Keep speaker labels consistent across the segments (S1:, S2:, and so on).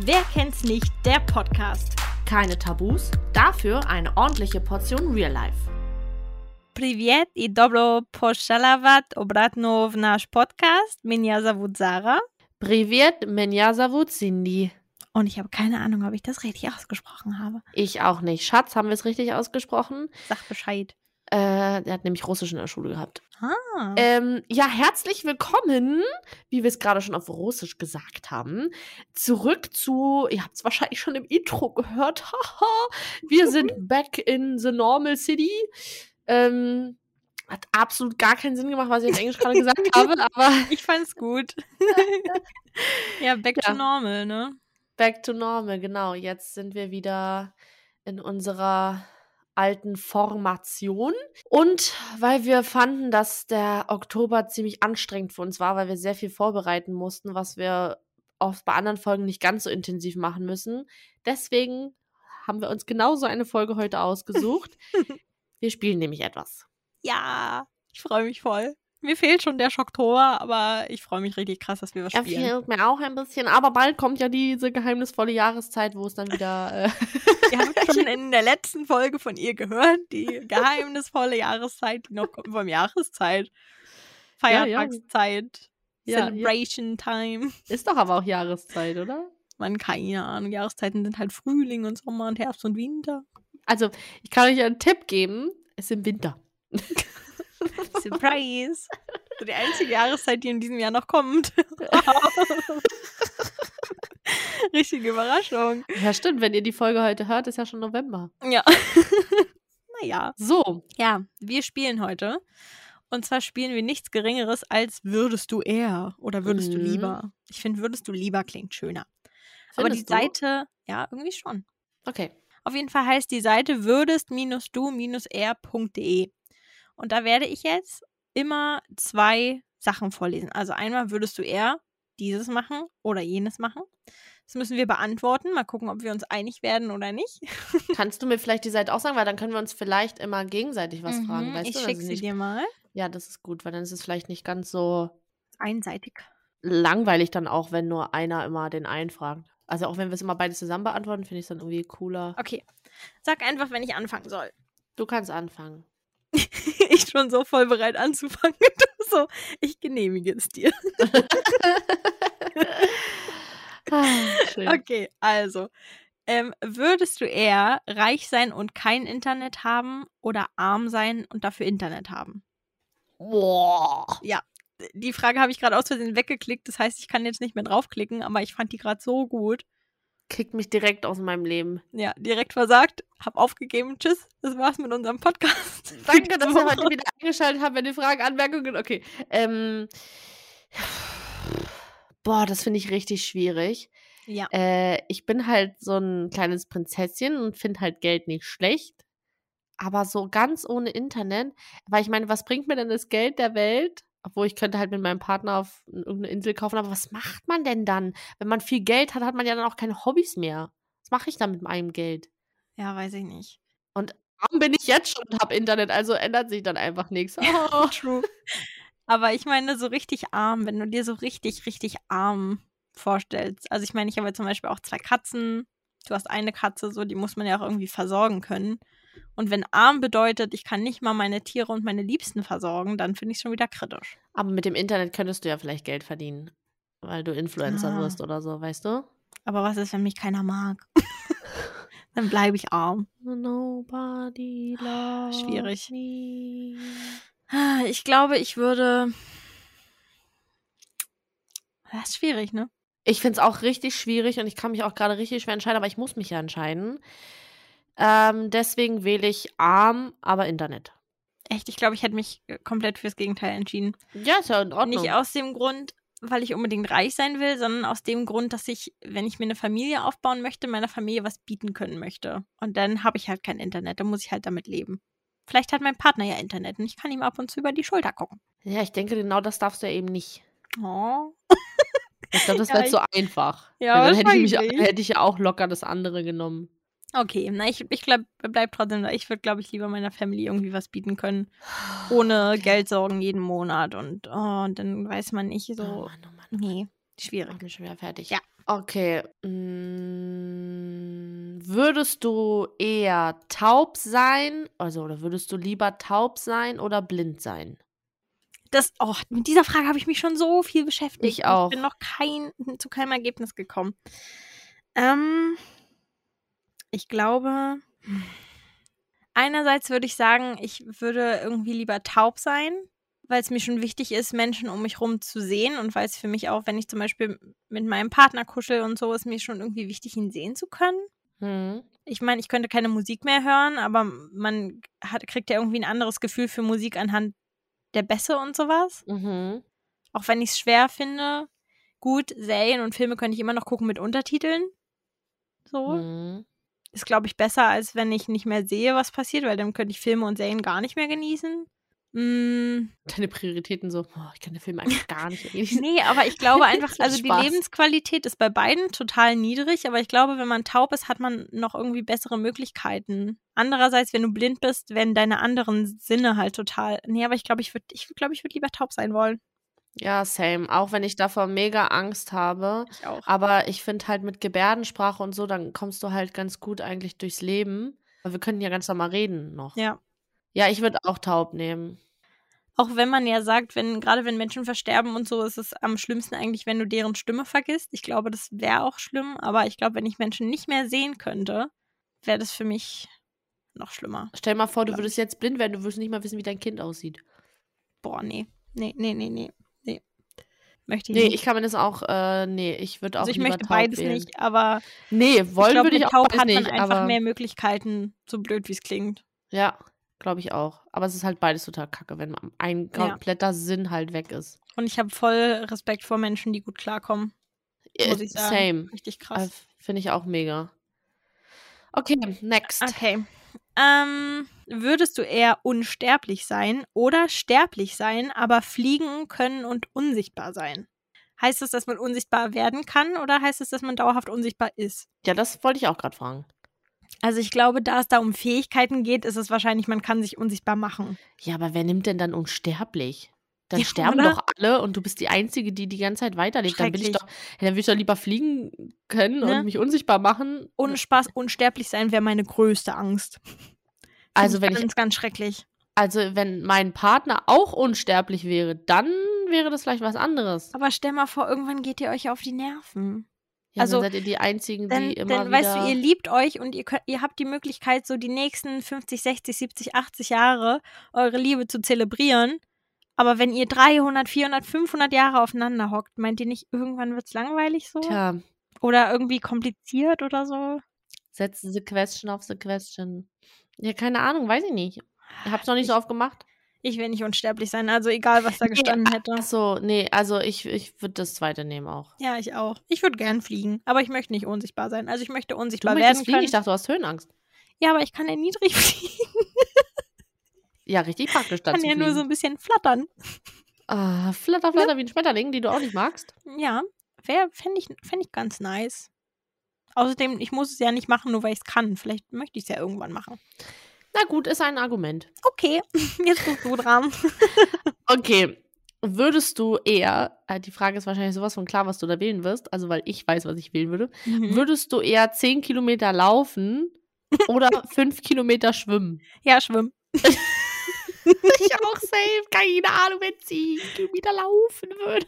S1: Wer kennt's nicht? Der Podcast.
S2: Keine Tabus, dafür eine ordentliche Portion Real Life.
S1: Привет и добро пожаловать обратно в наш подкаст. Меня зовут Sarah.
S2: Privet Menja Savut Cindy.
S1: Und ich habe keine Ahnung, ob ich das richtig ausgesprochen habe.
S2: Ich auch nicht. Schatz, haben wir es richtig ausgesprochen?
S1: Sag Bescheid.
S2: Äh, der hat nämlich Russisch in der Schule gehabt.
S1: Ah.
S2: Ähm, ja, herzlich willkommen, wie wir es gerade schon auf Russisch gesagt haben. Zurück zu, ihr habt es wahrscheinlich schon im Intro gehört. haha, wir sind back in the normal city. Ähm, hat absolut gar keinen Sinn gemacht, was ich in Englisch gerade gesagt habe, aber
S1: Ich fand's gut. ja, back to
S2: Ja.
S1: normal, ne?
S2: back to normal, genau. Jetzt sind wir wieder in unserer alten Formation. Und weil wir fanden, dass der Oktober ziemlich anstrengend für uns war, weil wir sehr viel vorbereiten mussten, was wir oft bei anderen Folgen nicht ganz so intensiv machen müssen. Deswegen haben wir uns genauso eine Folge heute ausgesucht. wir spielen nämlich etwas.
S1: Ja, ich freue mich voll. Mir fehlt schon der Schocktober, aber ich freue mich richtig krass, dass wir was
S2: Er
S1: spielen.
S2: fehlt mir auch ein bisschen, aber bald kommt ja diese geheimnisvolle Jahreszeit, wo es dann wieder äh,
S1: Ihr habt schon in der letzten Folge von ihr gehört, die geheimnisvolle Jahreszeit, die noch kommt vom Jahreszeit.
S2: Ja, ja.
S1: Feiertagszeit,
S2: Ja, ja.
S1: Celebration Time.
S2: ist doch aber auch Jahreszeit, oder?
S1: Man, keine Ahnung, Jahreszeiten sind halt Frühling und Sommer und Herbst und Winter.
S2: Also, ich kann euch einen Tipp geben. Es ist im Winter.
S1: Surprise! So die einzige Jahreszeit, die in diesem Jahr noch kommt. Richtige Überraschung.
S2: Ja, stimmt. Wenn ihr die Folge heute hört, ist ja schon November.
S1: Ja. naja.
S2: So,
S1: Ja, wir spielen heute. Und zwar spielen wir nichts Geringeres als würdest du eher oder würdest du
S2: Mhm.
S1: lieber. Ich finde, würdest du lieber klingt schöner. Aber die
S2: findest du?
S1: Seite, ja, irgendwie schon.
S2: Okay.
S1: Auf jeden Fall heißt die Seite würdest-du-r.de. Und da werde ich jetzt immer zwei Sachen vorlesen. Also einmal würdest du eher dieses machen oder jenes machen. Das müssen wir beantworten. Mal gucken, ob wir uns einig werden oder nicht.
S2: Kannst du mir vielleicht die Seite auch sagen, weil dann können wir uns vielleicht immer gegenseitig was fragen.
S1: Mhm,
S2: Weißt
S1: ich
S2: du? Dann
S1: schicke
S2: sind
S1: sie
S2: nicht-
S1: dir mal.
S2: Ja, das ist gut, weil dann ist es vielleicht nicht ganz so
S1: Einseitig.
S2: langweilig dann auch, wenn nur einer immer den einen fragt. Also auch wenn wir es immer beide zusammen beantworten, finde ich es dann irgendwie cooler.
S1: Okay. Sag einfach, wenn ich anfangen soll.
S2: Du kannst anfangen.
S1: ich schon so voll bereit anzufangen. so, ich genehmige es dir.
S2: Ah, schön.
S1: Okay, also. Ähm, würdest du eher reich sein und kein Internet haben oder arm sein und dafür Internet haben?
S2: Boah.
S1: Die Frage habe ich gerade aus Versehen weggeklickt. Das heißt, ich kann jetzt nicht mehr draufklicken, aber ich fand die gerade so gut.
S2: Kickt mich direkt aus meinem Leben.
S1: Ja, direkt versagt, hab aufgegeben. Tschüss, das war's mit unserem Podcast.
S2: Danke, dass ihr heute wieder eingeschaltet habt. Wenn ihr Fragen, Anmerkungen, okay. Ähm, boah, das finde ich richtig schwierig.
S1: Ja,
S2: Äh, ich bin halt so ein kleines Prinzesschen und finde halt Geld nicht schlecht. Aber so ganz ohne Internet, weil ich meine, was bringt mir denn das Geld der Welt? Obwohl ich könnte halt mit meinem Partner auf irgendeine Insel kaufen, aber was macht man denn dann? Wenn man viel Geld hat, hat man ja dann auch keine Hobbys mehr. Was mache ich dann mit meinem Geld?
S1: ja, weiß ich nicht.
S2: Warum bin ich jetzt schon und habe Internet? Also ändert sich dann einfach nichts. Oh.
S1: True. Aber ich meine, so richtig arm, wenn du dir so richtig, richtig arm vorstellst. Also ich meine, ich habe ja zum Beispiel auch zwei Katzen. Du hast eine Katze, so die muss man ja auch irgendwie versorgen können. Und wenn arm bedeutet, ich kann nicht mal meine Tiere und meine Liebsten versorgen, dann finde ich es schon wieder kritisch.
S2: Aber mit dem Internet könntest du ja vielleicht Geld verdienen, weil du Influencer
S1: Ah.
S2: wirst oder so, weißt du?
S1: Aber was ist, wenn mich keiner mag? dann bleibe ich arm.
S2: Nobody loves
S1: Schwierig.
S2: Me.
S1: Ich glaube, ich würde. Das ist schwierig, ne?
S2: Ich finde es auch richtig schwierig und ich kann mich auch gerade richtig schwer entscheiden, aber ich muss mich ja entscheiden. Ähm, deswegen wähle ich arm, aber Internet.
S1: Echt, ich glaube, ich hätte mich äh, komplett fürs Gegenteil entschieden.
S2: Ja, ist ja in Ordnung.
S1: Nicht aus dem Grund, weil ich unbedingt reich sein will, sondern aus dem Grund, dass ich, wenn ich mir eine Familie aufbauen möchte, meiner Familie was bieten können möchte. Und dann habe ich halt kein Internet, dann muss ich halt damit leben. Vielleicht hat mein Partner ja Internet und ich kann ihm ab und zu über die Schulter gucken.
S2: ja, ich denke, genau das darfst du ja eben nicht.
S1: Oh.
S2: Ich glaube, das
S1: Ja,
S2: wäre
S1: ich-
S2: zu einfach.
S1: Ja,
S2: Weil dann hätte ich, mich,
S1: wahrscheinlich.
S2: hätte ich ja auch locker das andere genommen.
S1: Okay, na, ich, ich glaub, bleib trotzdem da. Ich würde, glaube ich, lieber meiner Family irgendwie was bieten können. Ohne Geldsorgen jeden Monat und, oh, und dann weiß man nicht
S2: Oh,
S1: so.
S2: Mann, oh Mann.
S1: Nee,
S2: Mach
S1: schwierig.
S2: mich schon wieder fertig.
S1: Ja.
S2: Okay. mm, Würdest du eher taub sein, also oder würdest du lieber taub sein oder blind sein?
S1: Das, oh, mit dieser Frage habe ich mich schon so viel beschäftigt.
S2: Ich auch.
S1: Ich bin noch kein, zu keinem Ergebnis gekommen. Ähm, ich glaube, einerseits würde ich sagen, ich würde irgendwie lieber taub sein, weil es mir schon wichtig ist, Menschen um mich rum zu sehen und weil es für mich auch, wenn ich zum Beispiel mit meinem Partner kuschel und so, ist mir schon irgendwie wichtig, ihn sehen zu können.
S2: Hm.
S1: Ich meine, ich könnte keine Musik mehr hören, aber man hat, kriegt ja irgendwie ein anderes Gefühl für Musik anhand der Bässe und sowas.
S2: Mhm.
S1: Auch wenn ich es schwer finde. Gut, Serien und Filme könnte ich immer noch gucken mit Untertiteln. So.
S2: Mhm.
S1: Ist, glaube ich, besser, als wenn ich nicht mehr sehe, was passiert, weil dann könnte ich Filme und Serien gar nicht mehr genießen. Mm,
S2: Deine Prioritäten so, boah, ich kann den Film eigentlich gar nicht genießen.
S1: nee, aber ich glaube einfach,
S2: Das macht
S1: also die
S2: Spaß.
S1: Lebensqualität ist bei beiden total niedrig, aber ich glaube, wenn man taub ist, hat man noch irgendwie bessere Möglichkeiten. Andererseits, wenn du blind bist, werden deine anderen Sinne halt total. Nee, aber ich glaube, ich würde, ich glaube, ich würde lieber taub sein wollen.
S2: Ja, same. Auch wenn ich davor mega Angst habe.
S1: Ich auch.
S2: Aber ich finde halt mit Gebärdensprache und so, dann kommst du halt ganz gut eigentlich durchs Leben. Aber wir können ja ganz normal reden noch.
S1: Ja.
S2: Ja, ich würde auch taub nehmen.
S1: Auch wenn man ja sagt, wenn, gerade wenn Menschen versterben und so, ist es am schlimmsten eigentlich, wenn du deren Stimme vergisst. Ich glaube, das wäre auch schlimm, aber ich glaube, wenn ich Menschen nicht mehr sehen könnte, wäre das für mich noch schlimmer.
S2: Stell mal vor, du
S1: Glaub
S2: würdest jetzt blind werden, du würdest nicht mal wissen, wie dein Kind aussieht.
S1: Boah, nee. Nee, nee, nee, nee. Nee. Möchte ich
S2: Nee,
S1: nicht.
S2: ich kann mir das auch, äh, nee, ich würde auch
S1: Mhm. also ich
S2: lieber
S1: möchte
S2: taub
S1: beides
S2: wählen.
S1: nicht, aber
S2: Nee,
S1: ich
S2: wollen
S1: glaube,
S2: würde
S1: mit
S2: ich auch
S1: Taub
S2: beides
S1: hat man
S2: nicht,
S1: einfach
S2: aber
S1: mehr Möglichkeiten, so blöd wie es klingt.
S2: ja, glaube ich auch. Aber es ist halt beides total kacke, wenn ein
S1: Ja.
S2: kompletter Sinn halt weg ist.
S1: Und ich habe voll Respekt vor Menschen, die gut klarkommen.
S2: Äh,
S1: Muss ich sagen.
S2: Same.
S1: Richtig krass.
S2: Äh, Finde ich auch mega. Okay, next.
S1: Okay. Ähm, würdest du eher unsterblich sein oder sterblich sein, aber fliegen können und unsichtbar sein? Heißt es, dass man unsichtbar werden kann oder heißt es, dass man dauerhaft unsichtbar ist?
S2: Ja, das wollte ich auch gerade fragen.
S1: Also ich glaube, da es da um Fähigkeiten geht, ist es wahrscheinlich, man kann sich unsichtbar machen.
S2: Ja, aber wer nimmt denn dann unsterblich? Dann
S1: Ja,
S2: sterben
S1: oder?
S2: doch alle und du bist die Einzige, die die ganze Zeit weiterlebt. Dann will ich
S1: Schrecklich.
S2: doch, dann will ich doch lieber fliegen können
S1: Ne?
S2: und mich unsichtbar machen.
S1: Ohne Spaß, unsterblich sein wäre meine größte Angst.
S2: also wenn
S1: ganz,
S2: ich,
S1: ganz, ganz schrecklich.
S2: also wenn mein Partner auch unsterblich wäre, dann wäre das vielleicht was anderes.
S1: Aber stell mal vor, irgendwann geht ihr euch auf die Nerven.
S2: Ja,
S1: also,
S2: dann seid ihr die Einzigen,
S1: Dann,
S2: die immer
S1: dann
S2: wieder.
S1: weißt du, ihr liebt euch und ihr, könnt, ihr habt die Möglichkeit, so die nächsten 50, 60, 70, 80 Jahre eure Liebe zu zelebrieren. Aber wenn ihr 300, 400, 500 Jahre aufeinander hockt, meint ihr nicht, irgendwann wird's langweilig so?
S2: Tja,
S1: Oder irgendwie kompliziert oder so?
S2: setzen the question auf the question. Ja, keine Ahnung, weiß ich nicht. Hab's noch nicht so oft gemacht.
S1: Ich will nicht unsterblich sein, also egal, was da gestanden hätte.
S2: Achso, nee, also ich, ich würde das zweite nehmen auch.
S1: Ja, ich auch. Ich würde gern fliegen, aber ich möchte nicht unsichtbar sein. Also ich möchte
S2: Du
S1: unsichtbar
S2: möchtest
S1: werden
S2: fliegen?
S1: können.
S2: Ich dachte, du hast Höhenangst.
S1: Ja, aber ich kann ja niedrig fliegen.
S2: Ja, richtig praktisch
S1: Ich
S2: dazu.
S1: kann ja nur so ein bisschen flattern.
S2: Ah, flatter, flatter wie ein Schmetterling, die du auch nicht magst.
S1: Ja, fände ich, fänd ich ganz nice. Außerdem, ich muss es ja nicht machen, nur weil ich es kann. Vielleicht möchte ich es ja irgendwann machen.
S2: Na gut, ist ein Argument.
S1: Okay, jetzt bist du dran.
S2: Okay. Würdest du eher, äh, die Frage ist wahrscheinlich sowas von klar, was du da wählen wirst, also weil ich weiß, was ich wählen würde.
S1: Mhm.
S2: Würdest du eher 10 Kilometer laufen oder 5 Kilometer schwimmen?
S1: Ja, schwimmen.
S2: Ich auch safe, keine Ahnung, wenn 10 Kilometer laufen würde.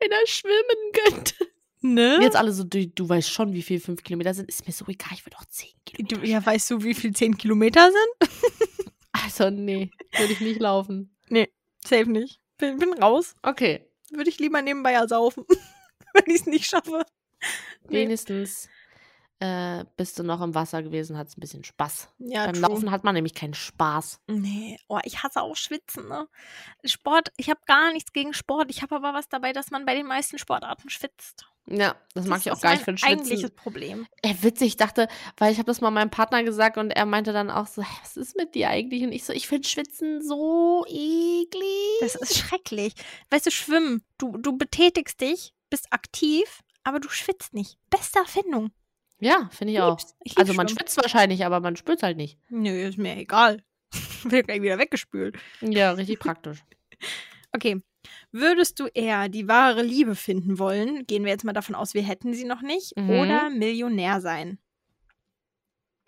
S2: Wenn er schwimmen könnte.
S1: Ne?
S2: Jetzt alle so, du, du weißt schon, wie viel 5 Kilometer sind. Ist mir so egal, ich würde auch 10 Kilometer.
S1: du, ja, weißt du, wie viel 10 Kilometer sind?
S2: Also, nee, würde ich nicht laufen.
S1: Safe nicht. Bin, bin raus.
S2: Okay.
S1: Würde ich lieber nebenbei ersaufen, wenn ich es nicht schaffe. Nee.
S2: Wenigstens äh, bist du noch im Wasser gewesen, hattest ein bisschen Spaß.
S1: Ja,
S2: Beim
S1: true.
S2: Laufen hat man nämlich keinen Spaß.
S1: Nee, oh, ich hasse auch Schwitzen. Ne? Sport, ich habe gar nichts gegen Sport. Ich habe aber was dabei, dass man bei den meisten Sportarten schwitzt.
S2: Ja, das, mag ich auch
S1: ist
S2: gar
S1: mein
S2: nicht für den
S1: eigentliches
S2: Schwitzen.
S1: Problem.
S2: Ey, Äh, witzig, ich dachte, weil ich habe das mal meinem Partner gesagt und er meinte dann auch so, "Hä, was ist mit dir eigentlich? Und ich so, ich finde Schwitzen so eklig.
S1: Das ist schrecklich. Weißt du, schwimmen, du, du betätigst dich, bist aktiv, aber du schwitzt nicht. Beste Erfindung.
S2: ja, finde ich auch.
S1: Lieb's. Ich lieb
S2: Also man
S1: schwimmen.
S2: schwitzt wahrscheinlich, aber man spürt halt nicht.
S1: Nö, ist mir egal. Wird gleich wieder weggespült.
S2: Ja, richtig praktisch.
S1: Okay. Würdest du eher die wahre Liebe finden wollen, gehen wir jetzt mal davon aus, wir hätten sie noch nicht,
S2: Mhm.
S1: oder Millionär sein?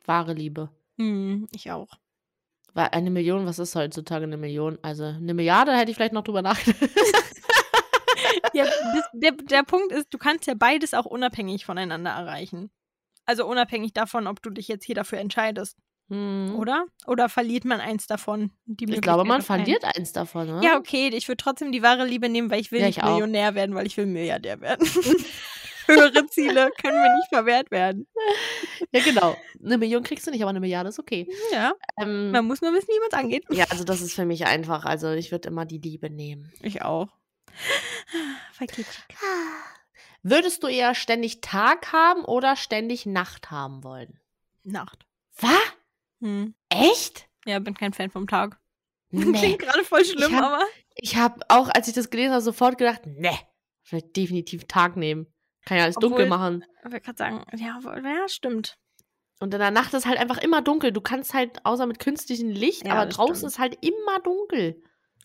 S2: Wahre Liebe.
S1: Hm, ich auch.
S2: Weil eine Million, was ist heutzutage eine Million? Also eine Milliarde hätte ich vielleicht noch drüber nachgedacht.
S1: Ja, das, der, der Punkt ist, du kannst ja beides auch unabhängig voneinander erreichen. Also unabhängig davon, ob du dich jetzt hier dafür entscheidest,
S2: Hm.
S1: oder? Oder verliert man eins davon? Die
S2: ich glaube,
S1: Möglichkeit
S2: man
S1: auf einen.
S2: verliert eins davon, ne? oder?
S1: Ja, okay, ich würde trotzdem die wahre Liebe nehmen, weil ich will
S2: Ja, ich
S1: nicht
S2: auch.
S1: Millionär werden, weil ich will Milliardär werden. Höhere Ziele können mir nicht verwehrt werden.
S2: ja, genau. Eine Million kriegst du nicht, aber eine Milliarde ist okay.
S1: Ja,
S2: Ähm,
S1: man muss nur wissen, wie man es angeht.
S2: ja, also das ist für mich einfach. Also ich würde immer die Liebe nehmen.
S1: Ich auch. Vergeht.
S2: Würdest du eher ständig Tag haben oder ständig Nacht haben wollen?
S1: Nacht.
S2: Was?
S1: Hm.
S2: Echt?
S1: Ja, bin kein Fan vom Tag.
S2: Nee.
S1: Klingt gerade voll schlimm,
S2: Ich hab-
S1: aber.
S2: Ich habe auch, als ich das gelesen habe, sofort gedacht, nee, ich will definitiv Tag nehmen. Kann ja alles dunkel
S1: Obwohl-
S2: machen.
S1: Aber ich kann sagen, ja, wohl- ja, stimmt.
S2: Und in der Nacht ist halt einfach immer dunkel. Du kannst halt, außer mit künstlichem Licht,
S1: Ja,
S2: aber
S1: das
S2: draußen
S1: stimmt.
S2: ist halt immer dunkel.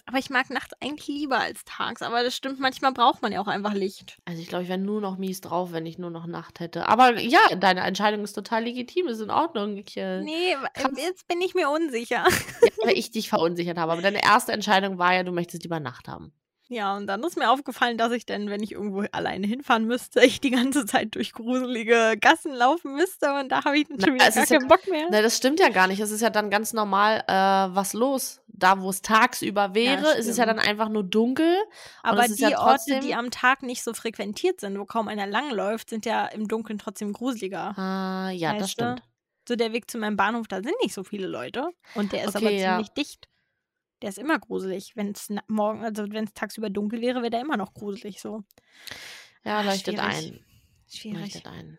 S1: Aber ich mag nachts eigentlich lieber als tags. Aber das stimmt, manchmal braucht man ja auch einfach Licht.
S2: Also ich glaube, ich wäre nur noch mies drauf, wenn ich nur noch Nacht hätte. Aber ja, deine Entscheidung ist total legitim, ist in Ordnung. Ich, äh,
S1: Nee, wa-
S2: Krass.
S1: jetzt bin ich mir unsicher.
S2: ja, weil ich dich verunsichert habe. Aber deine erste Entscheidung war ja, du möchtest lieber Nacht haben.
S1: Ja, und dann ist mir aufgefallen, dass ich denn, wenn ich irgendwo alleine hinfahren müsste, ich die ganze Zeit durch gruselige Gassen laufen müsste. Und da habe ich dann
S2: Na,
S1: schon wieder
S2: es
S1: gar
S2: ist ja- ne,
S1: keinen Bock mehr.
S2: Na, das stimmt ja gar nicht. Es ist ja dann ganz normal, äh, was los. Da, wo es tagsüber wäre, ist es ja dann
S1: stimmt.
S2: einfach nur dunkel.
S1: Aber
S2: es
S1: die
S2: ist ja
S1: Orte, die
S2: trotzdem-
S1: am Tag nicht so frequentiert sind, wo kaum einer langläuft, sind ja im Dunkeln trotzdem gruseliger.
S2: Ah, ja, das
S1: Weißt du?
S2: stimmt.
S1: So der Weg zu meinem Bahnhof, da sind nicht so viele Leute. Und der ist aber
S2: Okay, ja.
S1: ziemlich dicht. Der ist immer gruselig. Wenn es na- morgen, also wenn es tagsüber dunkel wäre, wäre der immer noch gruselig so.
S2: Ja,
S1: Ah,
S2: leuchtet
S1: schwierig.
S2: ein.
S1: Schwierig.
S2: Leuchtet ein.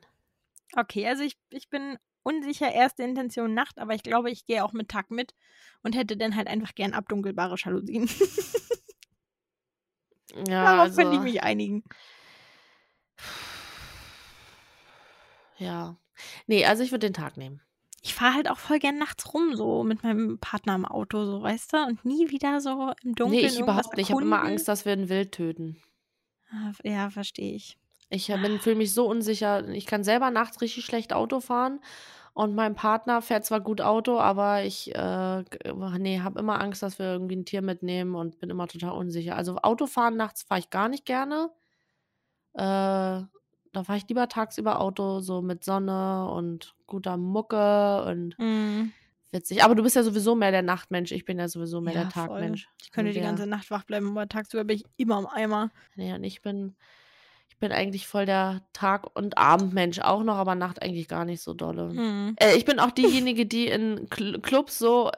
S1: Okay, also ich, ich bin unsicher, erste Intention Nacht, aber ich glaube, ich gehe auch mit Tag mit und hätte dann halt einfach gern abdunkelbare Jalousien.
S2: Ja,
S1: Darauf
S2: also,
S1: könnte ich mich einigen.
S2: ja. Nee, also ich würde den Tag nehmen.
S1: Ich fahre halt auch voll gern nachts rum, so mit meinem Partner im Auto, so weißt du, und nie wieder so im Dunkeln.
S2: nee, ich überhaupt
S1: irgendwas
S2: nicht. Ich habe immer
S1: erkunden.
S2: Angst, dass wir ein Wild töten.
S1: Ah, Ja, verstehe ich.
S2: Ich fühle mich so unsicher. Ich kann selber nachts richtig schlecht Auto fahren. Und mein Partner fährt zwar gut Auto, aber ich äh, g- nee, habe immer Angst, dass wir irgendwie ein Tier mitnehmen und bin immer total unsicher. Also Autofahren nachts fahre ich gar nicht gerne. Äh, da fahre ich lieber tagsüber Auto, so mit Sonne und guter Mucke und
S1: Mm.
S2: witzig. Aber du bist ja sowieso mehr der Nachtmensch. Ich bin ja sowieso mehr
S1: Ja,
S2: der
S1: voll.
S2: Tagmensch.
S1: Ich könnte
S2: Und
S1: die
S2: der-
S1: ganze Nacht wach bleiben, aber tagsüber bin ich immer im Eimer.
S2: Nee, und ich bin, ich bin eigentlich voll der Tag- und Abendmensch auch noch, aber Nacht eigentlich gar nicht so dolle.
S1: Mm.
S2: Äh, ich bin auch diejenige, die in Cl Clubs so,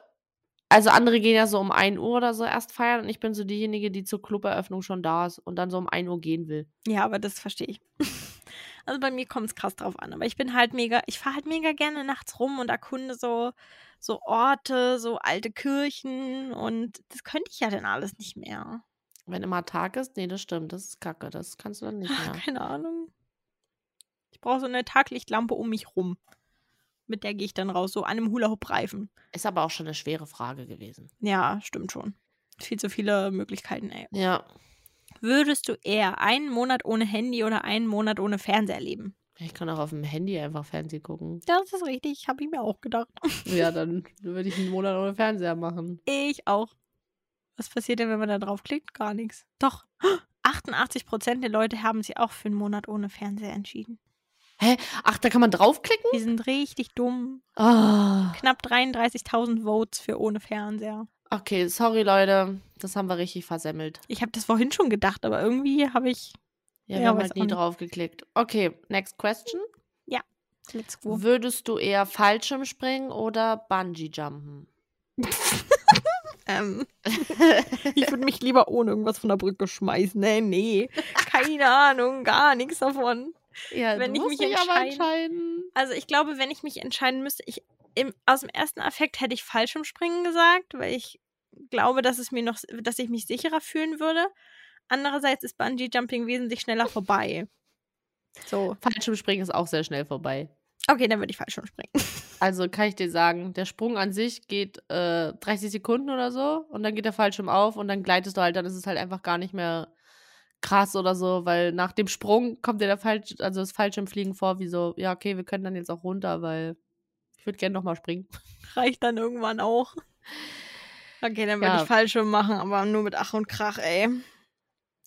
S2: also andere gehen ja so um 1 Uhr oder so erst feiern und ich bin so diejenige, die zur Cluberöffnung schon da ist und dann so um 1 Uhr gehen will.
S1: Ja, aber das verstehe ich. Also bei mir kommt es krass drauf an. Aber ich bin halt mega, ich fahre halt mega gerne nachts rum und erkunde so, so Orte, so alte Kirchen und das könnte ich ja dann alles nicht mehr.
S2: Wenn immer Tag ist, nee, das stimmt, das ist kacke, das kannst du dann nicht mehr.
S1: Keine Ahnung. Ich brauche so eine Taglichtlampe um mich rum. Mit der gehe ich dann raus, so an einem Hula-Hoop-Reifen.
S2: Ist aber auch schon eine schwere Frage gewesen.
S1: Ja, stimmt schon. Viel zu viele Möglichkeiten, ey.
S2: Ja,
S1: Würdest du eher einen Monat ohne Handy oder einen Monat ohne Fernseher leben?
S2: ich kann auch auf dem Handy einfach Fernsehen gucken.
S1: Das ist richtig, habe ich mir auch gedacht.
S2: ja, dann würde ich einen Monat ohne Fernseher machen.
S1: Ich auch. Was passiert denn, wenn man da draufklickt? Gar nichts. Doch. 88 Prozent der Leute haben sich auch für einen Monat ohne Fernseher entschieden.
S2: Ach, da kann man draufklicken?
S1: Die sind richtig dumm.
S2: Ah.
S1: Knapp 33.000 Votes für ohne Fernseher.
S2: Okay, sorry Leute, das haben wir richtig versemmelt.
S1: Ich habe das vorhin schon gedacht, aber irgendwie habe ich.
S2: Ja,
S1: Ja,
S2: wir haben
S1: weiß
S2: halt
S1: auch
S2: nie
S1: nicht.
S2: draufgeklickt. Okay, next question.
S1: Let's go.
S2: Würdest du eher Fallschirm springen oder Bungee jumpen?
S1: Ähm, ich würde mich lieber ohne irgendwas von der Brücke schmeißen. Nee, nee. Keine Ahnung, gar nichts davon.
S2: Ja,
S1: Wenn ich mich
S2: entscheiden.
S1: Also ich glaube, wenn ich mich entscheiden müsste, ich im, aus dem ersten Affekt hätte ich Fallschirmspringen gesagt, weil ich glaube, dass es mir noch, dass ich mich sicherer fühlen würde. Andererseits ist Bungee Jumping wesentlich schneller vorbei. So,
S2: Fallschirmspringen ist auch sehr schnell vorbei.
S1: okay, dann würde ich Fallschirmspringen.
S2: Also kann ich dir sagen, der Sprung an sich geht äh, 30 Sekunden oder so und dann geht der Fallschirm auf und dann gleitest du halt, dann ist es halt einfach gar nicht mehr krass oder so, weil nach dem Sprung kommt dir der Fallsch also das Fallschirmfliegen vor, wie so, ja, okay, wir können dann jetzt auch runter, weil ich würde gerne nochmal springen.
S1: Reicht dann irgendwann auch. Okay, dann würde
S2: Ja.
S1: ich Fallschirm machen, aber nur mit Ach und Krach, ey.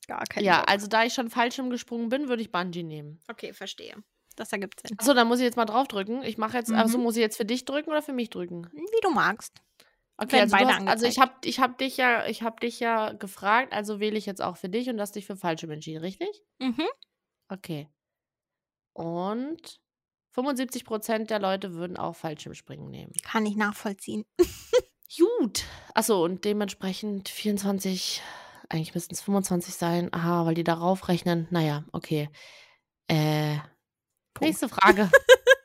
S1: Gar kein
S2: Ja,
S1: Bock.
S2: also da ich schon Fallschirm gesprungen bin, würde ich Bungee nehmen.
S1: Okay, verstehe. Das ergibt Sinn.
S2: Achso, dann muss ich jetzt mal drauf drücken. Ich mache jetzt,
S1: Mhm.
S2: also muss ich jetzt für dich drücken oder für mich drücken?
S1: Wie du magst.
S2: Okay,
S1: Werden
S2: also, du
S1: beide
S2: hast, also ich habe
S1: angezeigt.
S2: ich hab dich ja, ich habe dich ja gefragt, also wähle ich jetzt auch für dich und hast dich für Fallschirm entschieden, richtig?
S1: Mhm.
S2: Okay. Und 75% der Leute würden auch Fallschirmspringen nehmen.
S1: Kann ich nachvollziehen.
S2: Gut. Achso, und dementsprechend 24, eigentlich müssten es 25 sein. Aha, weil die darauf rechnen. Naja, okay. Äh, nächste Frage.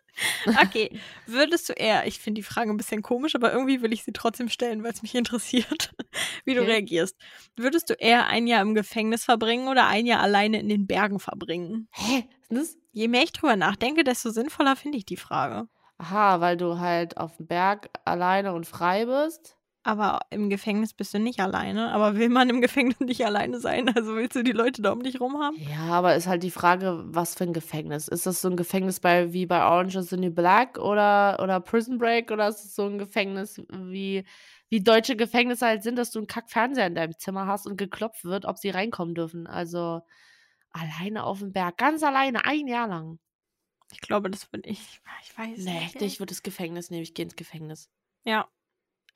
S1: Okay, würdest du eher, ich finde die Frage ein bisschen komisch, aber irgendwie will ich sie trotzdem stellen, weil es mich interessiert, wie du
S2: Okay.
S1: reagierst. Würdest du eher ein Jahr im Gefängnis verbringen oder ein Jahr alleine in den Bergen verbringen?
S2: Hä? Ist das?
S1: Je mehr ich drüber nachdenke, desto sinnvoller finde ich die Frage.
S2: Aha, weil du halt auf dem Berg alleine und frei bist.
S1: Aber im Gefängnis bist du nicht alleine. Aber will man im Gefängnis nicht alleine sein? Also willst du die Leute da um dich rum haben?
S2: Ja, aber ist halt die Frage, was für ein Gefängnis? Ist das so ein Gefängnis bei, wie bei Orange is the New Black oder, oder Prison Break oder ist es so ein Gefängnis wie, wie deutsche Gefängnisse halt sind, dass du einen Kackfernseher in deinem Zimmer hast und geklopft wird, ob sie reinkommen dürfen? Also alleine auf dem Berg, ganz alleine, ein Jahr lang.
S1: Ich glaube, das würde ich. Ah, Ich weiß
S2: Nee,
S1: nicht. ey.
S2: ich würde das Gefängnis nehmen, ich gehe ins Gefängnis.
S1: Ja.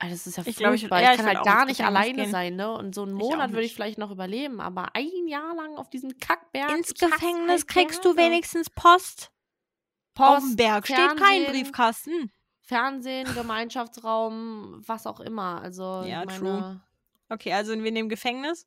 S2: Ah, das ist ja
S1: Ich glaub, ich würd-
S2: furchtbar. Ich,
S1: ja, ich
S2: kann
S1: würd
S2: halt
S1: auch ins
S2: gar nicht
S1: Gefängnis
S2: alleine
S1: gehen.
S2: sein, ne? Und so einen
S1: Ich auch
S2: Monat würde ich
S1: nicht.
S2: vielleicht noch überleben, aber ein Jahr lang auf diesem Kackberg.
S1: Ins
S2: ich hasse
S1: Gefängnis
S2: halt
S1: kriegst du
S2: Berge.
S1: wenigstens Post. Auf dem
S2: Post,
S1: Berg steht kein
S2: Fernsehen.
S1: Briefkasten.
S2: Fernsehen, Gemeinschaftsraum, was auch immer. Also ich
S1: Ja, true.
S2: meine-
S1: Okay, also wir nehmen Gefängnis.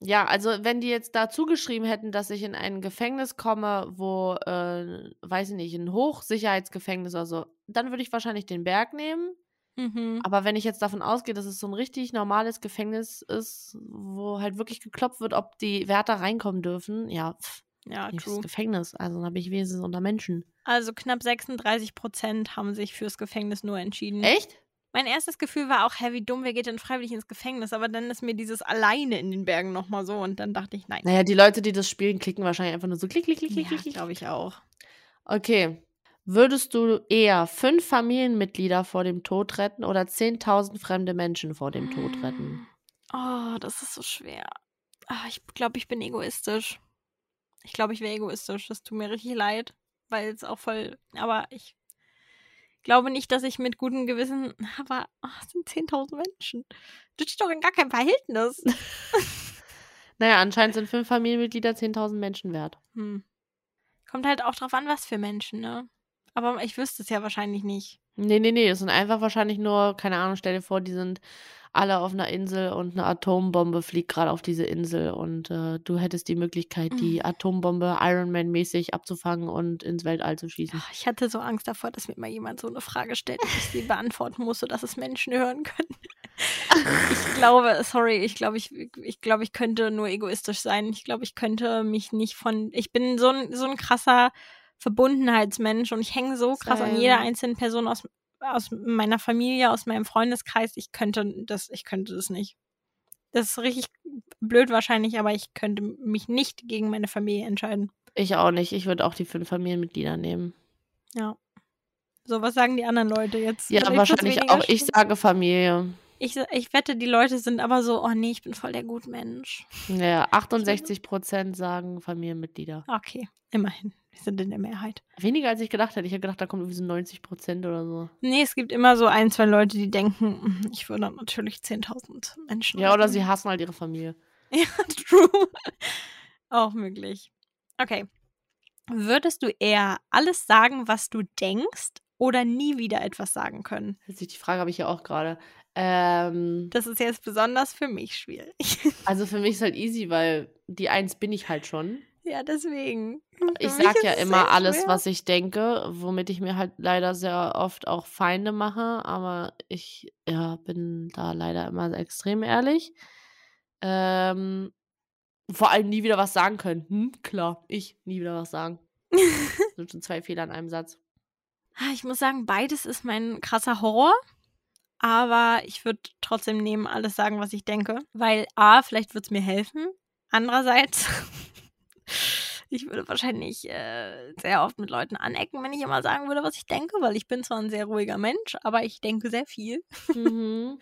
S2: Ja, also wenn die jetzt dazu geschrieben hätten, dass ich in ein Gefängnis komme, wo, äh, weiß ich nicht, ein Hochsicherheitsgefängnis oder so, dann würde ich wahrscheinlich den Berg nehmen.
S1: Mhm.
S2: Aber wenn ich jetzt davon ausgehe, dass es so ein richtig normales Gefängnis ist, wo halt wirklich geklopft wird, ob die Wärter reinkommen dürfen, ja, pff,
S1: Ja,
S2: nehm ich das
S1: true.
S2: Gefängnis. Also dann habe ich wenigstens unter Menschen.
S1: Also knapp 36 Prozent haben sich fürs Gefängnis nur entschieden.
S2: Echt?
S1: Mein erstes Gefühl war auch, hä, wie dumm, wer geht denn freiwillig ins Gefängnis? Aber dann ist mir dieses alleine in den Bergen nochmal so und dann dachte ich, nein.
S2: Naja, die Leute, die das spielen, klicken wahrscheinlich einfach nur so klick, klick, klick, klick,
S1: Ja,
S2: klick, klick.
S1: glaube ich auch.
S2: Okay. Würdest du eher fünf Familienmitglieder vor dem Tod retten oder 10.000 fremde Menschen vor dem Tod retten?
S1: Oh, das ist so schwer. Ah, ich glaube, ich bin egoistisch. Ich glaube, ich wäre egoistisch. Das tut mir richtig leid, weil es auch voll. Aber ich glaube nicht, dass ich mit gutem Gewissen. Aber ach, es sind 10.000 Menschen. Das steht doch in gar keinem Verhältnis.
S2: Naja, anscheinend sind fünf Familienmitglieder 10.000 Menschen wert.
S1: Hm. Kommt halt auch drauf an, was für Menschen, ne? Aber ich wüsste es ja wahrscheinlich nicht.
S2: Nee, nee, nee, das sind einfach wahrscheinlich nur, keine Ahnung, stell dir vor, die sind alle auf einer Insel und eine Atombombe fliegt gerade auf diese Insel und äh, du hättest die Möglichkeit, die Atombombe Iron Man mäßig abzufangen und ins Weltall zu schießen.
S1: Ach, ich hatte so Angst davor, dass mir mal jemand so eine Frage stellt und ich sie beantworten muss, sodass es Menschen hören können. Ich glaube, sorry, ich glaube, ich, ich glaube, ich könnte nur egoistisch sein. Ich glaube, ich könnte mich nicht von. Ich bin so ein, so ein krasser Verbundenheitsmensch und ich hänge so krass an
S2: Same.
S1: jeder einzelnen Person aus, aus meiner Familie, aus meinem Freundeskreis. Ich könnte das, ich könnte das nicht. Das ist richtig blöd wahrscheinlich, aber ich könnte mich nicht gegen meine Familie entscheiden.
S2: Ich auch nicht, ich würde auch die fünf Familienmitglieder nehmen.
S1: So, was sagen die anderen Leute jetzt?
S2: Ja,
S1: Vielleicht wird's
S2: wahrscheinlich
S1: weniger
S2: auch. Ich
S1: schlimm.
S2: sage Familie.
S1: Ich, ich wette, die Leute sind aber so, oh nee, ich bin voll der Gutmensch.
S2: Ja, 68 Prozent sagen Familienmitglieder.
S1: Okay, immerhin. Wir sind in der Mehrheit.
S2: Weniger als ich gedacht hätte. Ich hätte gedacht, da kommt irgendwie so 90 Prozent oder so.
S1: Nee, es gibt immer so ein, zwei Leute, die denken, "Mm, ich würde natürlich 10.000 Menschen.
S2: Ja, oder
S1: retten."
S2: sie hassen halt ihre Familie.
S1: Ja, true. Auch möglich. Okay. Würdest du eher alles sagen, was du denkst, oder nie wieder etwas sagen können?
S2: Witzig, Die Frage habe ich ja auch gerade. Ähm,
S1: Das ist jetzt besonders für mich schwierig.
S2: also für mich ist halt easy, weil die Eins bin ich halt schon.
S1: ja, deswegen. Für
S2: Ich
S1: mich
S2: sag
S1: ist
S2: ja
S1: es
S2: immer
S1: sehr
S2: alles,
S1: schwer.
S2: was ich denke, womit ich mir halt leider sehr oft auch Feinde mache, aber ich ja, bin da leider immer extrem ehrlich. Ähm, vor allem nie wieder was sagen können. Hm, klar, ich nie wieder was sagen. Das sind schon zwei Fehler in einem Satz.
S1: Ah, Ich muss sagen, beides ist mein krasser Horror. Aber ich würde trotzdem nehmen, alles sagen, was ich denke. Weil A, vielleicht wird es mir helfen. Andererseits, ich würde wahrscheinlich äh, sehr oft mit Leuten anecken, wenn ich immer sagen würde, was ich denke. Weil ich bin zwar ein sehr ruhiger Mensch, aber ich denke sehr viel.
S2: Mhm.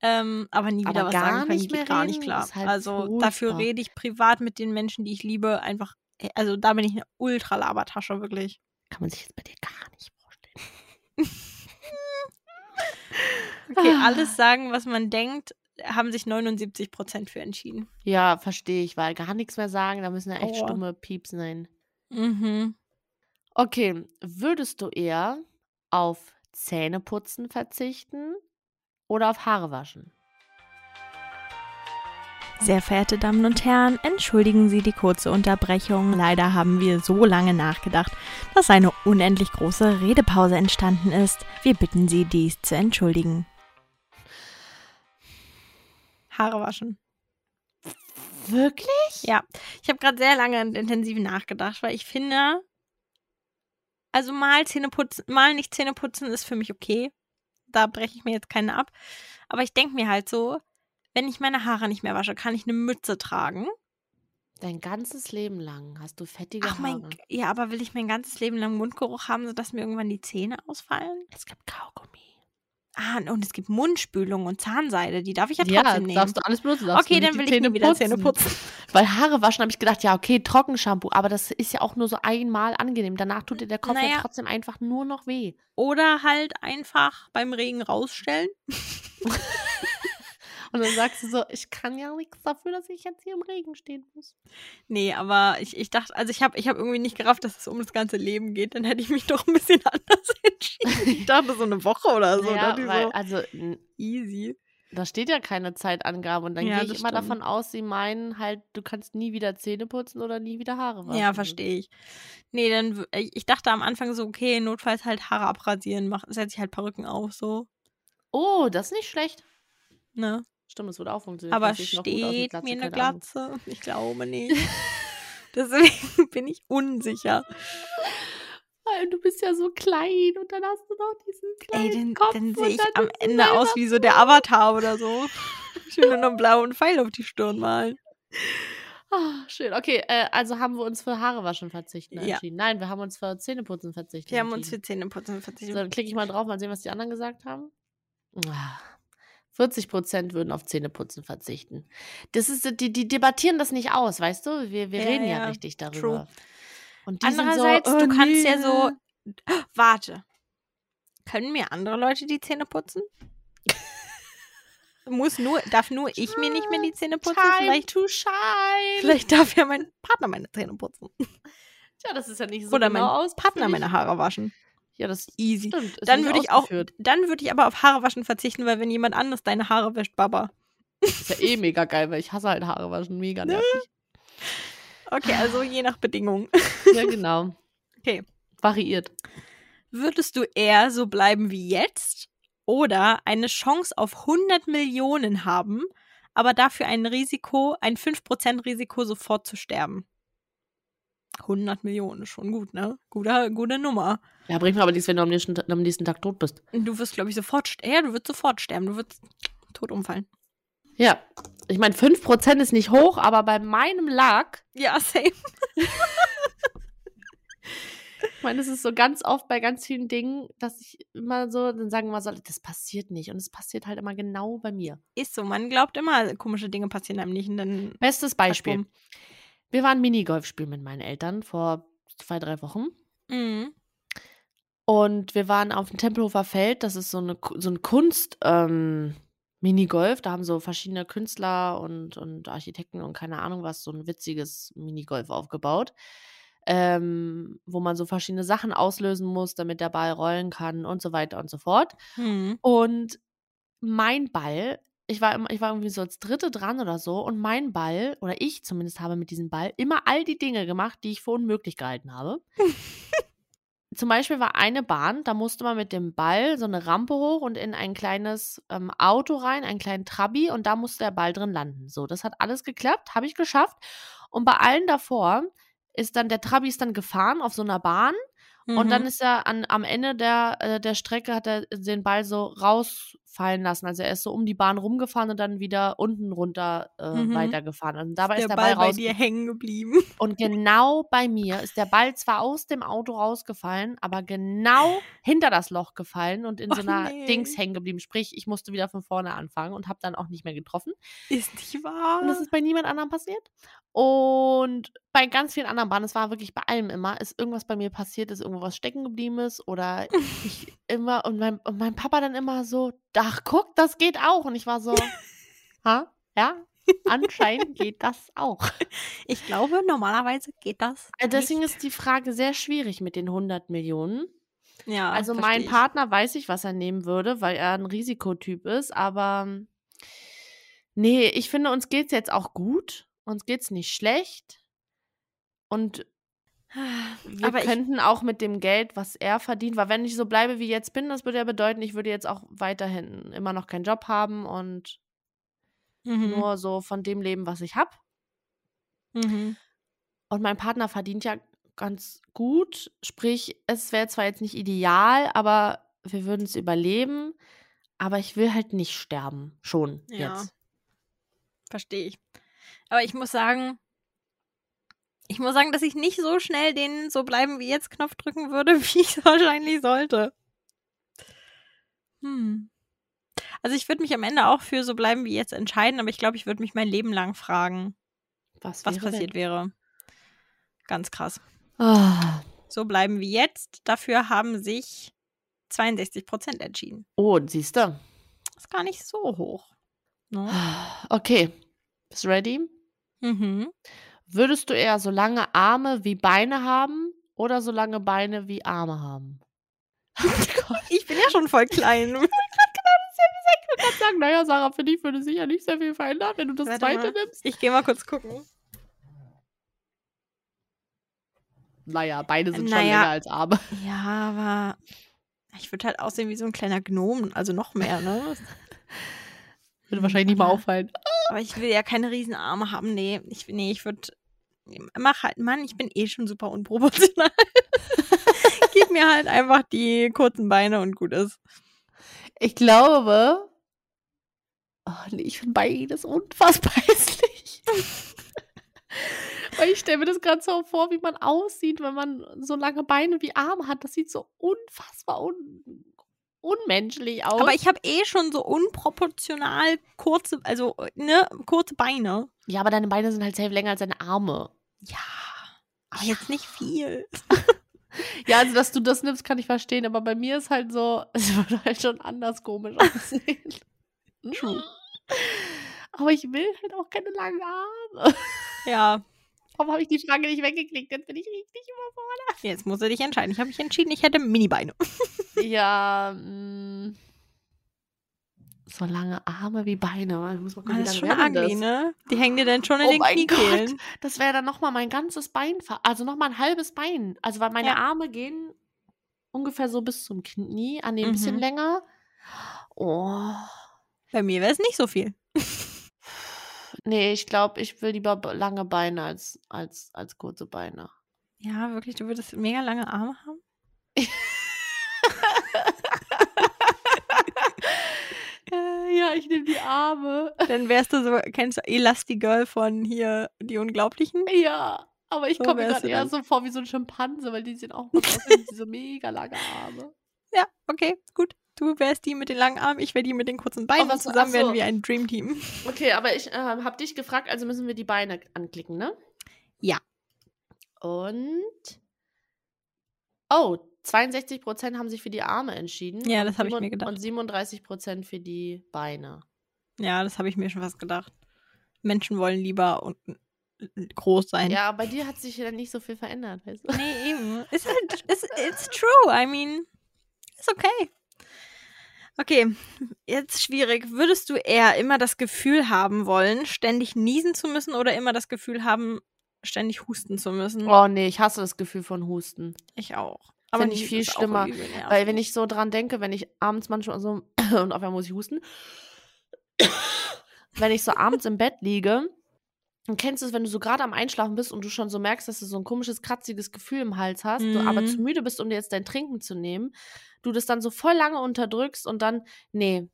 S1: Ähm, aber nie wieder
S2: Aber
S1: was
S2: gar
S1: sagen können,
S2: nicht mehr
S1: geht gar nicht
S2: reden,
S1: klar.
S2: ist halt
S1: also dafür
S2: furchtbar.
S1: rede ich privat mit den Menschen, die ich liebe, einfach. Also da bin ich eine Ultralabertasche, wirklich.
S2: Kann man sich jetzt bei dir gar nicht vorstellen.
S1: Okay,
S2: Ah.
S1: alles sagen, was man denkt, haben sich 79 Prozent für entschieden.
S2: Ja, verstehe ich, weil gar nichts mehr sagen, da müssen ja echt
S1: Aua.
S2: stumme Pieps sein.
S1: Mhm.
S2: Okay, würdest du eher auf Zähneputzen verzichten oder auf Haare waschen?
S1: Sehr verehrte Damen und Herren, entschuldigen Sie die kurze Unterbrechung. Leider haben wir so lange nachgedacht, dass eine unendlich große Redepause entstanden ist. Wir bitten Sie, dies zu entschuldigen. Haare waschen.
S2: Wirklich?
S1: Ja, ich habe gerade sehr lange und intensiv nachgedacht, weil ich finde, also mal Zähne putzen, mal nicht Zähne putzen ist für mich okay. Da breche ich mir jetzt keine ab. Aber ich denke mir halt so, wenn ich meine Haare nicht mehr wasche, kann ich eine Mütze tragen.
S2: Dein ganzes Leben lang hast du fettige
S1: Ach
S2: Haare.
S1: mein, G- ja, aber will ich mein ganzes Leben lang Mundgeruch haben, sodass mir irgendwann die Zähne ausfallen?
S2: Es gibt Kaugummi.
S1: Ah, und es gibt Mundspülung und Zahnseide, die darf ich ja
S2: Ja,
S1: trotzdem nehmen.
S2: darfst du alles benutzen. darfst
S1: okay,
S2: du
S1: dann
S2: die
S1: will ich nie wieder Zähne putzen.
S2: Weil Haare waschen habe ich gedacht, ja, okay, Trockenshampoo, aber das ist ja auch nur so einmal angenehm. Danach tut dir der Kopf
S1: Naja.
S2: ja trotzdem einfach nur noch weh.
S1: Oder halt einfach beim Regen rausstellen.
S2: Und dann sagst du so, ich kann ja nichts dafür, dass ich jetzt hier im Regen stehen muss.
S1: Nee, aber ich, ich dachte, also ich habe ich hab irgendwie nicht gerafft, dass es um das ganze Leben geht. Dann hätte ich mich doch ein bisschen anders entschieden. Ich dachte so eine Woche oder so.
S2: ja,
S1: dachte ich ne,
S2: weil,
S1: so
S2: also n-
S1: easy.
S2: da steht ja keine Zeitangabe und dann
S1: Ja,
S2: gehe
S1: das
S2: ich immer
S1: stimmt.
S2: davon aus, sie meinen halt, du kannst nie wieder Zähne putzen oder nie wieder Haare waschen.
S1: Ja, verstehe ich. Nee, dann, w- ich ich dachte am Anfang so, okay, notfalls halt Haare abrasieren, mach, setze ich halt Perücken auf, so.
S2: Oh, das ist nicht schlecht.
S1: Ne?
S2: Stimmt, das würde auch funktionieren.
S1: Aber
S2: Vielleicht sehe ich noch gut aus mit
S1: steht mir eine
S2: keine Ahnung.
S1: Glatze? Ich glaube nicht. Deswegen bin ich unsicher.
S2: Weil du bist ja so klein und dann hast du noch diesen kleinen
S1: Ey, dann,
S2: Kopf.
S1: dann
S2: und
S1: sehe ich
S2: dann
S1: am
S2: ist es
S1: Ende
S2: einfach-
S1: aus wie so der Avatar oder so. Schön nur einen blauen Pfeil auf die Stirn malen.
S2: Ah, schön. Okay, äh, also haben wir uns für Haare waschen verzichten
S1: Ja.
S2: entschieden. Nein, wir haben uns für Zähneputzen verzichtet.
S1: Wir haben uns für
S2: entschieden.
S1: Zähneputzen verzichtet.
S2: So, dann klicke ich mal drauf, mal sehen, was die anderen gesagt haben. Ah, 40 Prozent würden auf Zähneputzen verzichten. Das ist, die, die debattieren das nicht aus, weißt du? Wir, wir
S1: Ja,
S2: reden ja,
S1: ja,
S2: richtig darüber.
S1: true.
S2: Und die sind so,
S1: Andererseits, du
S2: oh,
S1: kannst ja
S2: nee.
S1: so, warte, können mir andere Leute die Zähne putzen? Muss nur, darf nur ich mir nicht mehr die Zähne putzen?
S2: Time
S1: Vielleicht,
S2: to shine.
S1: vielleicht darf ja mein Partner meine Zähne putzen.
S2: Tja, das ist ja nicht so
S1: Oder mein
S2: genau aus.
S1: Partner meine Haare waschen.
S2: Ja, das
S1: Easy.
S2: stimmt. Ist
S1: Dann
S2: nicht
S1: würde ich auch,
S2: ausgeführt.
S1: dann würde ich aber auf Haare waschen verzichten, weil wenn jemand anderes deine Haare wäscht, Baba.
S2: Ist ja eh mega geil, weil ich hasse halt Haare waschen. Mega
S1: Ne?
S2: nervig.
S1: Okay, also je nach Bedingung.
S2: ja, genau.
S1: Okay.
S2: Variiert.
S1: Würdest du eher so bleiben wie jetzt oder eine Chance auf 100 Millionen haben, aber dafür ein Risiko, ein 5% Risiko sofort zu sterben? 100 Millionen ist schon gut, ne? Gute, gute Nummer.
S2: Ja, bringt mir aber nichts, wenn du am nächsten, am nächsten Tag tot bist.
S1: Und Du wirst, glaube ich, sofort sterben. Ja, du wirst sofort sterben. Du wirst tot umfallen.
S2: Ja. Ich meine, 5% ist nicht hoch, aber bei meinem Lack,
S1: Ja, safe.
S2: ich meine, es ist so ganz oft bei ganz vielen Dingen, dass ich immer so, dann sagen wir so, das passiert nicht. Und es passiert halt immer genau bei mir.
S1: Ist so. Man glaubt immer, komische Dinge passieren einem nicht. Und dann
S2: Bestes Beispiel.
S1: Warum?
S2: Wir waren Minigolf spielen mit meinen Eltern vor zwei, drei Wochen.
S1: Mhm.
S2: Und wir waren auf dem Tempelhofer Feld, das ist so, eine, Ku- so ein Kunst, ähm, Minigolf, da haben so verschiedene Künstler und, und Architekten und keine Ahnung was, so ein witziges Minigolf aufgebaut, ähm, wo man so verschiedene Sachen auslösen muss, damit der Ball rollen kann und so weiter und so fort.
S1: Mhm.
S2: Und mein Ball, ich war, immer- ich war irgendwie so als Dritte dran oder so, und mein Ball, oder ich zumindest habe mit diesem Ball immer all die Dinge gemacht, die ich für unmöglich gehalten habe. Zum Beispiel war eine Bahn, da musste man mit dem Ball so eine Rampe hoch und in ein kleines ähm, Auto rein, einen kleinen Trabi, und da musste der Ball drin landen. So, das hat alles geklappt, habe ich geschafft. Und bei allen davor ist dann, der Trabi ist dann gefahren auf so einer Bahn Und
S1: Mhm. hm.
S2: dann ist er an, am Ende der, äh, der Strecke hat er den Ball so rausfallen lassen. Also er ist so um die Bahn rumgefahren und dann wieder unten runter äh,
S1: Mhm.
S2: weitergefahren. Und dabei
S1: der,
S2: ist der
S1: Ball,
S2: Ball
S1: bei
S2: raus.
S1: dir hängen geblieben.
S2: Und genau bei mir ist der Ball zwar aus dem Auto rausgefallen, aber genau hinter das Loch gefallen und in so
S1: Oh,
S2: einer
S1: nee.
S2: Dings hängen geblieben. Sprich, ich musste wieder von vorne anfangen und habe dann auch nicht mehr getroffen.
S1: Ist nicht wahr.
S2: Und das ist bei niemand anderem passiert. Und bei ganz vielen anderen Bahnen, es war wirklich bei allem immer, ist irgendwas bei mir passiert, ist irgendwo was stecken geblieben ist oder ich immer und mein, und mein Papa dann immer so, ach guck, das geht auch. Und ich war so, ha, ja, anscheinend geht das auch.
S1: ich glaube, normalerweise geht das.
S2: Also Deswegen
S1: nicht.
S2: ist die Frage sehr schwierig mit den 100 Millionen.
S1: ja,
S2: also
S1: versteh
S2: mein
S1: Ah, ich.
S2: Partner weiß ich, was er nehmen würde, weil er ein Risikotyp ist, aber ähm, nee, ich finde, uns geht's jetzt auch gut. Uns geht's nicht schlecht. Und wir
S1: Aber ich,
S2: könnten auch mit dem Geld, was er verdient, weil wenn ich so bleibe, wie jetzt bin, das würde ja bedeuten, ich würde jetzt auch weiterhin immer noch keinen Job haben und
S1: mhm,
S2: nur so von dem leben, was ich habe.
S1: mhm.
S2: Und mein Partner verdient ja ganz gut. Sprich, es wäre zwar jetzt nicht ideal, aber wir würden es überleben. Aber ich will halt nicht sterben. Schon
S1: Ja.
S2: jetzt.
S1: verstehe ich. Aber ich muss sagen, ich muss sagen, dass ich nicht so schnell den so bleiben wie jetzt Knopf drücken würde, wie ich es wahrscheinlich sollte. Hm. Also ich würde mich am Ende auch für so bleiben wie jetzt entscheiden, aber ich glaube, ich würde mich mein Leben lang fragen, was
S2: wäre,
S1: passiert wäre. Ganz krass.
S2: wenn? Ah.
S1: So bleiben wie jetzt. Dafür haben sich 62 Prozent entschieden.
S2: Oh, siehst du.
S1: Ist gar nicht so hoch. Ne?
S2: Ah. Okay. Bist du ready?
S1: Mhm.
S2: Würdest du eher so lange Arme wie Beine haben oder so lange Beine wie Arme haben?
S1: Ich bin ja schon voll klein.
S2: Ich kann sagen, naja, Sarah, für dich würde sich ja nicht sehr viel verändern, wenn du das
S1: Warte mal.
S2: zweite nimmst.
S1: Ich gehe mal kurz gucken.
S2: Naja, Beine sind schon
S1: Naja.
S2: länger als Arme.
S1: Ja, aber ich würde halt aussehen wie so ein kleiner Gnom, also noch mehr, ne?
S2: Würde wahrscheinlich nicht mal
S1: Aber-
S2: auffallen.
S1: Aber ich will ja keine Riesenarme haben, nee. Ich, nee, ich würde. Mach halt, Mann, ich bin eh schon super unproportional. Gib mir halt einfach die kurzen Beine und gut ist.
S2: Ich glaube. Oh, nee, ich finde beides unfassbar hässlich. Weil ich stelle mir das gerade so vor, wie man aussieht, wenn man so lange Beine wie Arme hat. Das sieht so unfassbar un unmenschlich aus.
S1: Aber ich habe eh schon so unproportional kurze, also, ne, kurze Beine.
S2: ja, aber deine Beine sind halt safe länger als deine Arme.
S1: Ja. Aber jetzt nicht viel.
S2: Ja, also dass du das nimmst, kann ich verstehen. Aber bei mir ist halt so, es würde halt schon anders komisch aussehen.
S1: True.
S2: Aber ich will halt auch keine langen Arme.
S1: Ja.
S2: Warum habe ich die Frage nicht weggeklickt? Jetzt bin ich richtig überfordert.
S1: Jetzt musst du dich entscheiden. Ich habe mich entschieden, ich hätte Mini-Beine.
S2: Ja, mh. so lange Arme wie Beine. Ich muss mal gucken,
S1: Das
S2: wie
S1: ist
S2: lange
S1: schon
S2: werden
S1: ugly,
S2: das?
S1: ne? Die hängen dir dann schon in
S2: Oh
S1: den
S2: mein
S1: Kniekehlen.
S2: Das wäre dann nochmal mein ganzes Bein, ver- also nochmal ein halbes Bein. Also weil meine
S1: Ja.
S2: Arme gehen ungefähr so bis zum Knie, an dem ein bisschen
S1: Mhm.
S2: länger. Oh.
S1: Bei mir wäre es nicht so viel.
S2: Nee, ich glaube, ich will lieber b- lange Beine als, als, als kurze Beine.
S1: Ja, wirklich, du würdest mega lange Arme haben. Äh,
S2: ja, ich nehme die Arme.
S1: Dann wärst du so, kennst du Elastigirl von hier, die Unglaublichen?
S2: Ja, aber ich
S1: So
S2: komme mir
S1: wärst
S2: gerade
S1: du
S2: eher
S1: dann.
S2: so vor wie so ein Schimpanse, weil die sehen auch mal aus, wie so mega lange Arme.
S1: Ja, okay, gut. Du wärst die mit den langen Armen, ich wär die mit den kurzen Beinen.
S2: Oh, was-
S1: und zusammen
S2: ach so.
S1: werden wir ein Dreamteam.
S2: Okay, aber ich äh, habe dich gefragt, also müssen wir die Beine anklicken, ne?
S1: Ja.
S2: Und. Oh, 62% haben sich für die Arme entschieden.
S1: Ja,
S2: und
S1: das hab ich
S2: siebenund-
S1: mir gedacht.
S2: Und 37% für die Beine.
S1: Ja, das habe ich mir schon fast gedacht. Menschen wollen lieber und groß sein.
S2: Ja, bei dir hat sich ja nicht so viel verändert, weißt du?
S1: Nee, eben. Ist halt, ist, it's true. I mean, ist okay. Okay, jetzt schwierig. Würdest du eher immer das Gefühl haben wollen, ständig niesen zu müssen oder immer das Gefühl haben, ständig husten zu müssen?
S2: Oh nee, ich hasse das Gefühl von Husten.
S1: Ich auch.
S2: Find ich
S1: niesen
S2: viel
S1: ist auch
S2: schlimmer,
S1: übel nervig.
S2: Weil wenn ich so dran denke, wenn ich abends manchmal so und auf einmal muss ich husten, wenn ich so abends im Bett liege Und kennst du es, wenn du so gerade am Einschlafen bist und du schon so merkst, dass du so ein komisches, kratziges Gefühl im Hals hast, du aber
S1: Mhm.
S2: zu müde bist, um dir jetzt dein Trinken zu nehmen, du das dann so voll lange unterdrückst und dann, nee,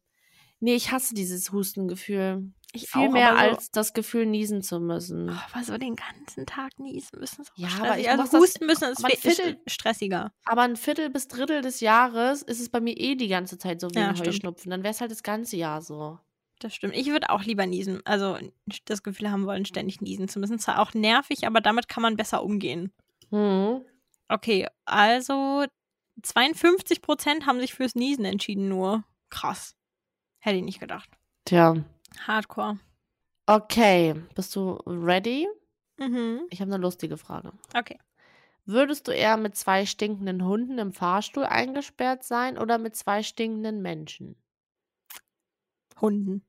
S2: nee, ich hasse dieses Hustengefühl.
S1: Ich
S2: Viel
S1: auch,
S2: mehr
S1: aber so-
S2: als das Gefühl, niesen zu müssen.
S1: Oh, aber so den ganzen Tag niesen müssen. Ist auch
S2: Ja, aber
S1: stressig.
S2: ich mach
S1: also
S2: das-
S1: husten müssen ist,
S2: aber ein
S1: fe- ist
S2: Viertel-
S1: stressiger.
S2: Aber ein Viertel bis Drittel des Jahres ist es bei mir eh die ganze Zeit so wie
S1: Ja,
S2: ein
S1: stimmt.
S2: Heuschnupfen. Dann wäre es halt das ganze Jahr so.
S1: Das stimmt. Ich würde auch lieber niesen. Also das Gefühl haben wollen, ständig niesen zu müssen. Zwar auch nervig, aber damit kann man besser umgehen.
S2: Hm.
S1: Okay, also 52 Prozent haben sich fürs Niesen entschieden nur. Krass. Hätte ich nicht gedacht.
S2: Tja.
S1: Hardcore.
S2: Okay, bist du ready?
S1: Mhm.
S2: Ich habe eine lustige Frage.
S1: Okay.
S2: Würdest du eher mit zwei stinkenden Hunden im Fahrstuhl eingesperrt sein oder mit zwei stinkenden Menschen?
S1: Hunden.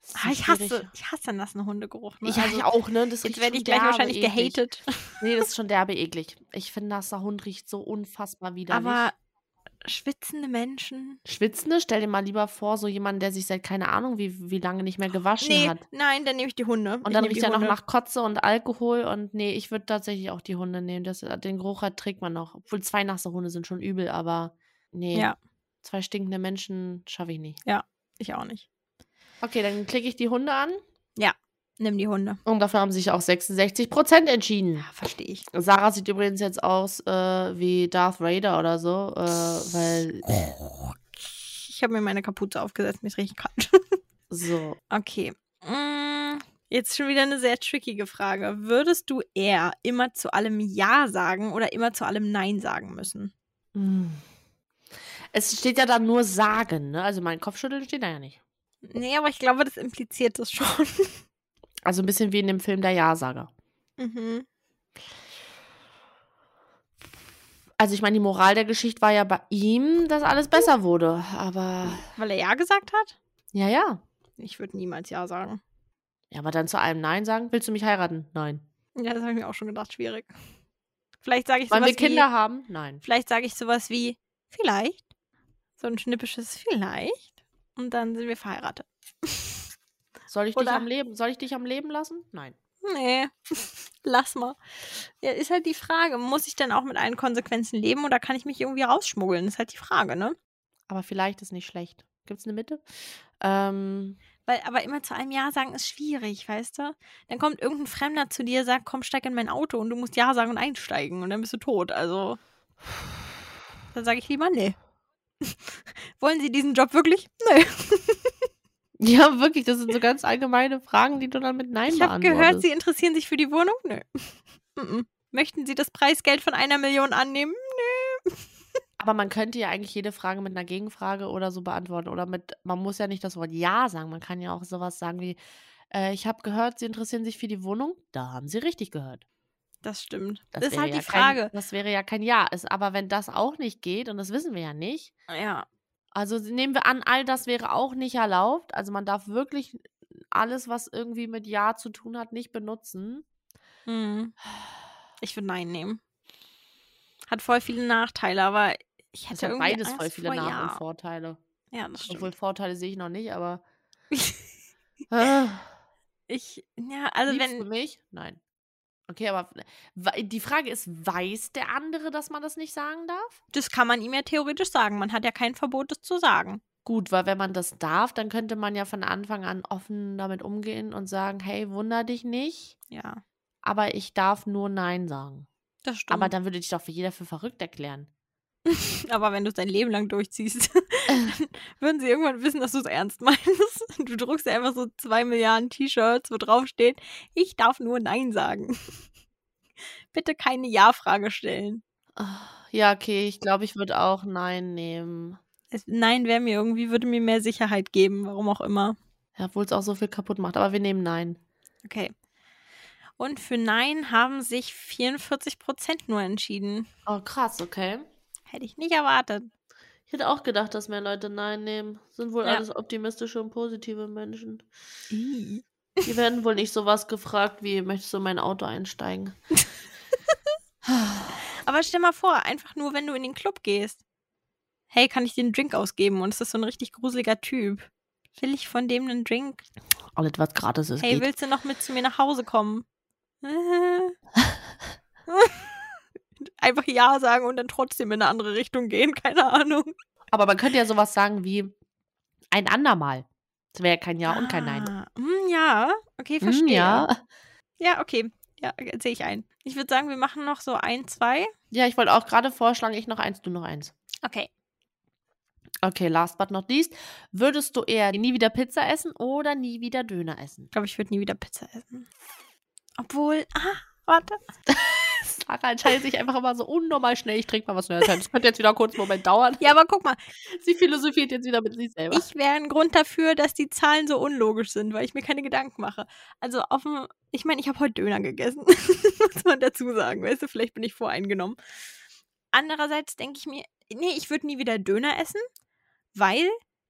S2: Das ist so
S1: Ah, ich
S2: schwierig.
S1: hasse, ich hasse nassen Hundegeruch. Ne?
S2: Ja,
S1: Also,
S2: ich auch, ne? Das
S1: Jetzt
S2: riecht
S1: werde
S2: schon
S1: ich gleich
S2: derbe
S1: wahrscheinlich
S2: eklig.
S1: gehatet.
S2: Nee, das ist schon derbe eklig. Ich finde, nasser Hund riecht so unfassbar widerlich.
S1: Aber schwitzende Menschen.
S2: Schwitzende, stell dir mal lieber vor, so jemand, der sich seit keine Ahnung wie, wie lange nicht mehr gewaschen
S1: Oh, Nee,
S2: hat.
S1: nein, dann nehme ich die Hunde.
S2: Und dann
S1: ich nehm
S2: riecht
S1: die
S2: er noch
S1: Hunde.
S2: nach Kotze und Alkohol. Und nee, ich würde tatsächlich auch die Hunde nehmen. Das, äh, den Geruch hat, trägt man noch. Obwohl zwei nasse Hunde sind schon übel, aber nee.
S1: Ja.
S2: Zwei stinkende Menschen schaffe ich nicht.
S1: Ich auch nicht.
S2: Okay, dann klicke ich die Hunde an.
S1: Nimm die Hunde.
S2: Und dafür haben sich auch 66 Prozent entschieden.
S1: Ja, verstehe ich.
S2: Sarah sieht übrigens jetzt aus äh, wie Darth Vader oder so, äh, weil
S1: Ich habe mir meine Kapuze aufgesetzt, mir ist richtig kalt.
S2: so.
S1: Okay. Mm, Jetzt schon wieder eine sehr trickige Frage. Würdest du eher immer zu allem Ja sagen oder immer zu allem Nein sagen müssen?
S2: mm. Es steht ja dann nur sagen, ne? Also mein Kopfschütteln steht da ja nicht.
S1: Nee, aber ich glaube, das impliziert das schon.
S2: Also ein bisschen wie in dem Film der Ja-Sager.
S1: mhm.
S2: Also ich meine, die Moral der Geschichte war ja bei ihm, dass alles besser wurde. Aber
S1: Weil er Ja gesagt hat?
S2: ja, ja.
S1: Ich würde niemals Ja sagen.
S2: Ja, aber dann zu allem Nein sagen, willst du mich heiraten? Nein.
S1: Ja, das habe ich mir auch schon gedacht, schwierig. Vielleicht sage ich
S2: Wollen
S1: sowas
S2: wir Kinder haben? Nein.
S1: wie, vielleicht sage ich sowas wie vielleicht. So ein schnippisches vielleicht. Und dann sind wir verheiratet.
S2: Soll ich dich
S1: Oder-
S2: am Leben, soll ich dich am Leben lassen? Nein.
S1: Nee, lass mal. Ja, ist halt die Frage, muss ich dann auch mit allen Konsequenzen leben oder kann ich mich irgendwie rausschmuggeln? Ist halt die Frage, ne?
S2: Aber vielleicht ist nicht schlecht. Gibt es eine Mitte? Ähm,
S1: Weil, aber immer zu einem Ja sagen ist schwierig, weißt du? Dann kommt irgendein Fremder zu dir, sagt, komm, steig in mein Auto und du musst Ja sagen und einsteigen und dann bist du tot. Also, dann sage ich lieber, nee. Wollen Sie diesen Job wirklich? Nee.
S2: ja, wirklich, das sind so ganz allgemeine Fragen, die du dann mit Nein
S1: Ich habe
S2: beantwortest.
S1: gehört, Sie interessieren sich für die Wohnung? Nö. Mm-mm. Möchten Sie das Preisgeld von einer Million annehmen?
S2: Aber man könnte ja eigentlich jede Frage mit einer Gegenfrage oder so beantworten. Oder mit, man muss ja nicht das Wort Ja sagen, man kann ja auch sowas sagen wie, äh, ich habe gehört, Sie interessieren sich für die Wohnung. Da haben Sie richtig gehört.
S1: Das stimmt.
S2: Das
S1: Das, ist
S2: wäre
S1: halt
S2: ja
S1: die Frage.
S2: Kein, das wäre ja kein Ja. Ist, aber wenn das auch nicht geht, und das wissen wir ja nicht,
S1: ja.
S2: also nehmen wir an, all das wäre auch nicht erlaubt. Also man darf wirklich alles, was irgendwie mit Ja zu tun hat, nicht benutzen. Mhm.
S1: Hm. Ich würde Nein nehmen. Hat voll viele Nachteile, aber ich
S2: Das
S1: hätte
S2: hat
S1: irgendwie
S2: beides
S1: Angst
S2: voll viele
S1: vor
S2: Nach- und
S1: ja.
S2: Vorteile.
S1: ja, das
S2: Obwohl
S1: stimmt.
S2: Vorteile sehe ich noch nicht, aber. Ah,
S1: Ich, ja, also
S2: Liebst du
S1: wenn,
S2: mich? Nein. Okay, aber we- die Frage ist, weiß der andere, dass man das nicht sagen darf?
S1: das kann man ihm ja theoretisch sagen. Man hat ja kein Verbot, das zu sagen.
S2: Gut, weil wenn man das darf, dann könnte man ja von Anfang an offen damit umgehen und sagen, hey, wunder dich nicht,
S1: Ja,
S2: aber ich darf nur Nein sagen.
S1: das stimmt.
S2: Aber dann würde dich doch jeder für verrückt erklären.
S1: Aber wenn du es dein Leben lang durchziehst, dann würden sie irgendwann wissen, dass du es ernst meinst. Du druckst dir einfach so zwei Milliarden T-Shirts, wo drauf steht, ich darf nur Nein sagen. Bitte keine Ja-Frage stellen.
S2: Ah, Ja, okay, ich glaube, ich würde auch Nein nehmen.
S1: Es, nein wäre mir irgendwie, würde mir mehr Sicherheit geben, warum auch immer.
S2: Ja, obwohl es auch so viel kaputt macht, aber wir nehmen Nein.
S1: Okay. Und für Nein haben sich 44 Prozent nur entschieden.
S2: Oh, krass, okay.
S1: Hätte ich nicht erwartet.
S2: Ich hätte auch gedacht, dass mehr Leute Nein nehmen. Sind wohl
S1: Ja.
S2: alles optimistische und positive Menschen.
S1: Ih.
S2: Die werden wohl nicht sowas gefragt wie, möchtest du in mein Auto einsteigen?
S1: Aber stell mal vor, einfach nur, wenn du in den Club gehst. Hey, kann ich dir einen Drink ausgeben? Und es ist so ein richtig gruseliger Typ. Will ich von dem einen Drink?
S2: Alles, was gratis ist.
S1: hey,
S2: geht.
S1: willst du noch mit zu mir nach Hause kommen? Einfach Ja sagen und dann trotzdem in eine andere Richtung gehen, keine Ahnung.
S2: Aber man könnte ja sowas sagen wie ein andermal. Das wäre ja kein Ja und kein Nein.
S1: Ah, mm, ja, okay,
S2: Hm,
S1: verstehe.
S2: ja.
S1: ja, okay. Ja, sehe ich ein. Ich würde sagen, wir machen noch so ein, zwei.
S2: ja, ich wollte auch gerade vorschlagen, ich noch eins, du noch eins.
S1: Okay.
S2: Okay, last but not least. Würdest du eher nie wieder Pizza essen oder nie wieder Döner essen?
S1: Ich glaube, ich würde nie wieder Pizza essen. Obwohl, ah, warte.
S2: Sarah entscheidet sich einfach immer so unnormal schnell. Ich trinke mal was Neues. Das könnte jetzt wieder einen kurzen Moment dauern.
S1: Ja, aber guck mal,
S2: Sie philosophiert jetzt wieder mit sich selber.
S1: ich wäre ein Grund dafür, dass die Zahlen so unlogisch sind, weil ich mir keine Gedanken mache. Also auf dem, ich meine, ich habe heute Döner gegessen, muss man dazu sagen, weißt du, vielleicht bin ich voreingenommen. Andererseits denke ich mir, nee, ich würde nie wieder Döner essen, weil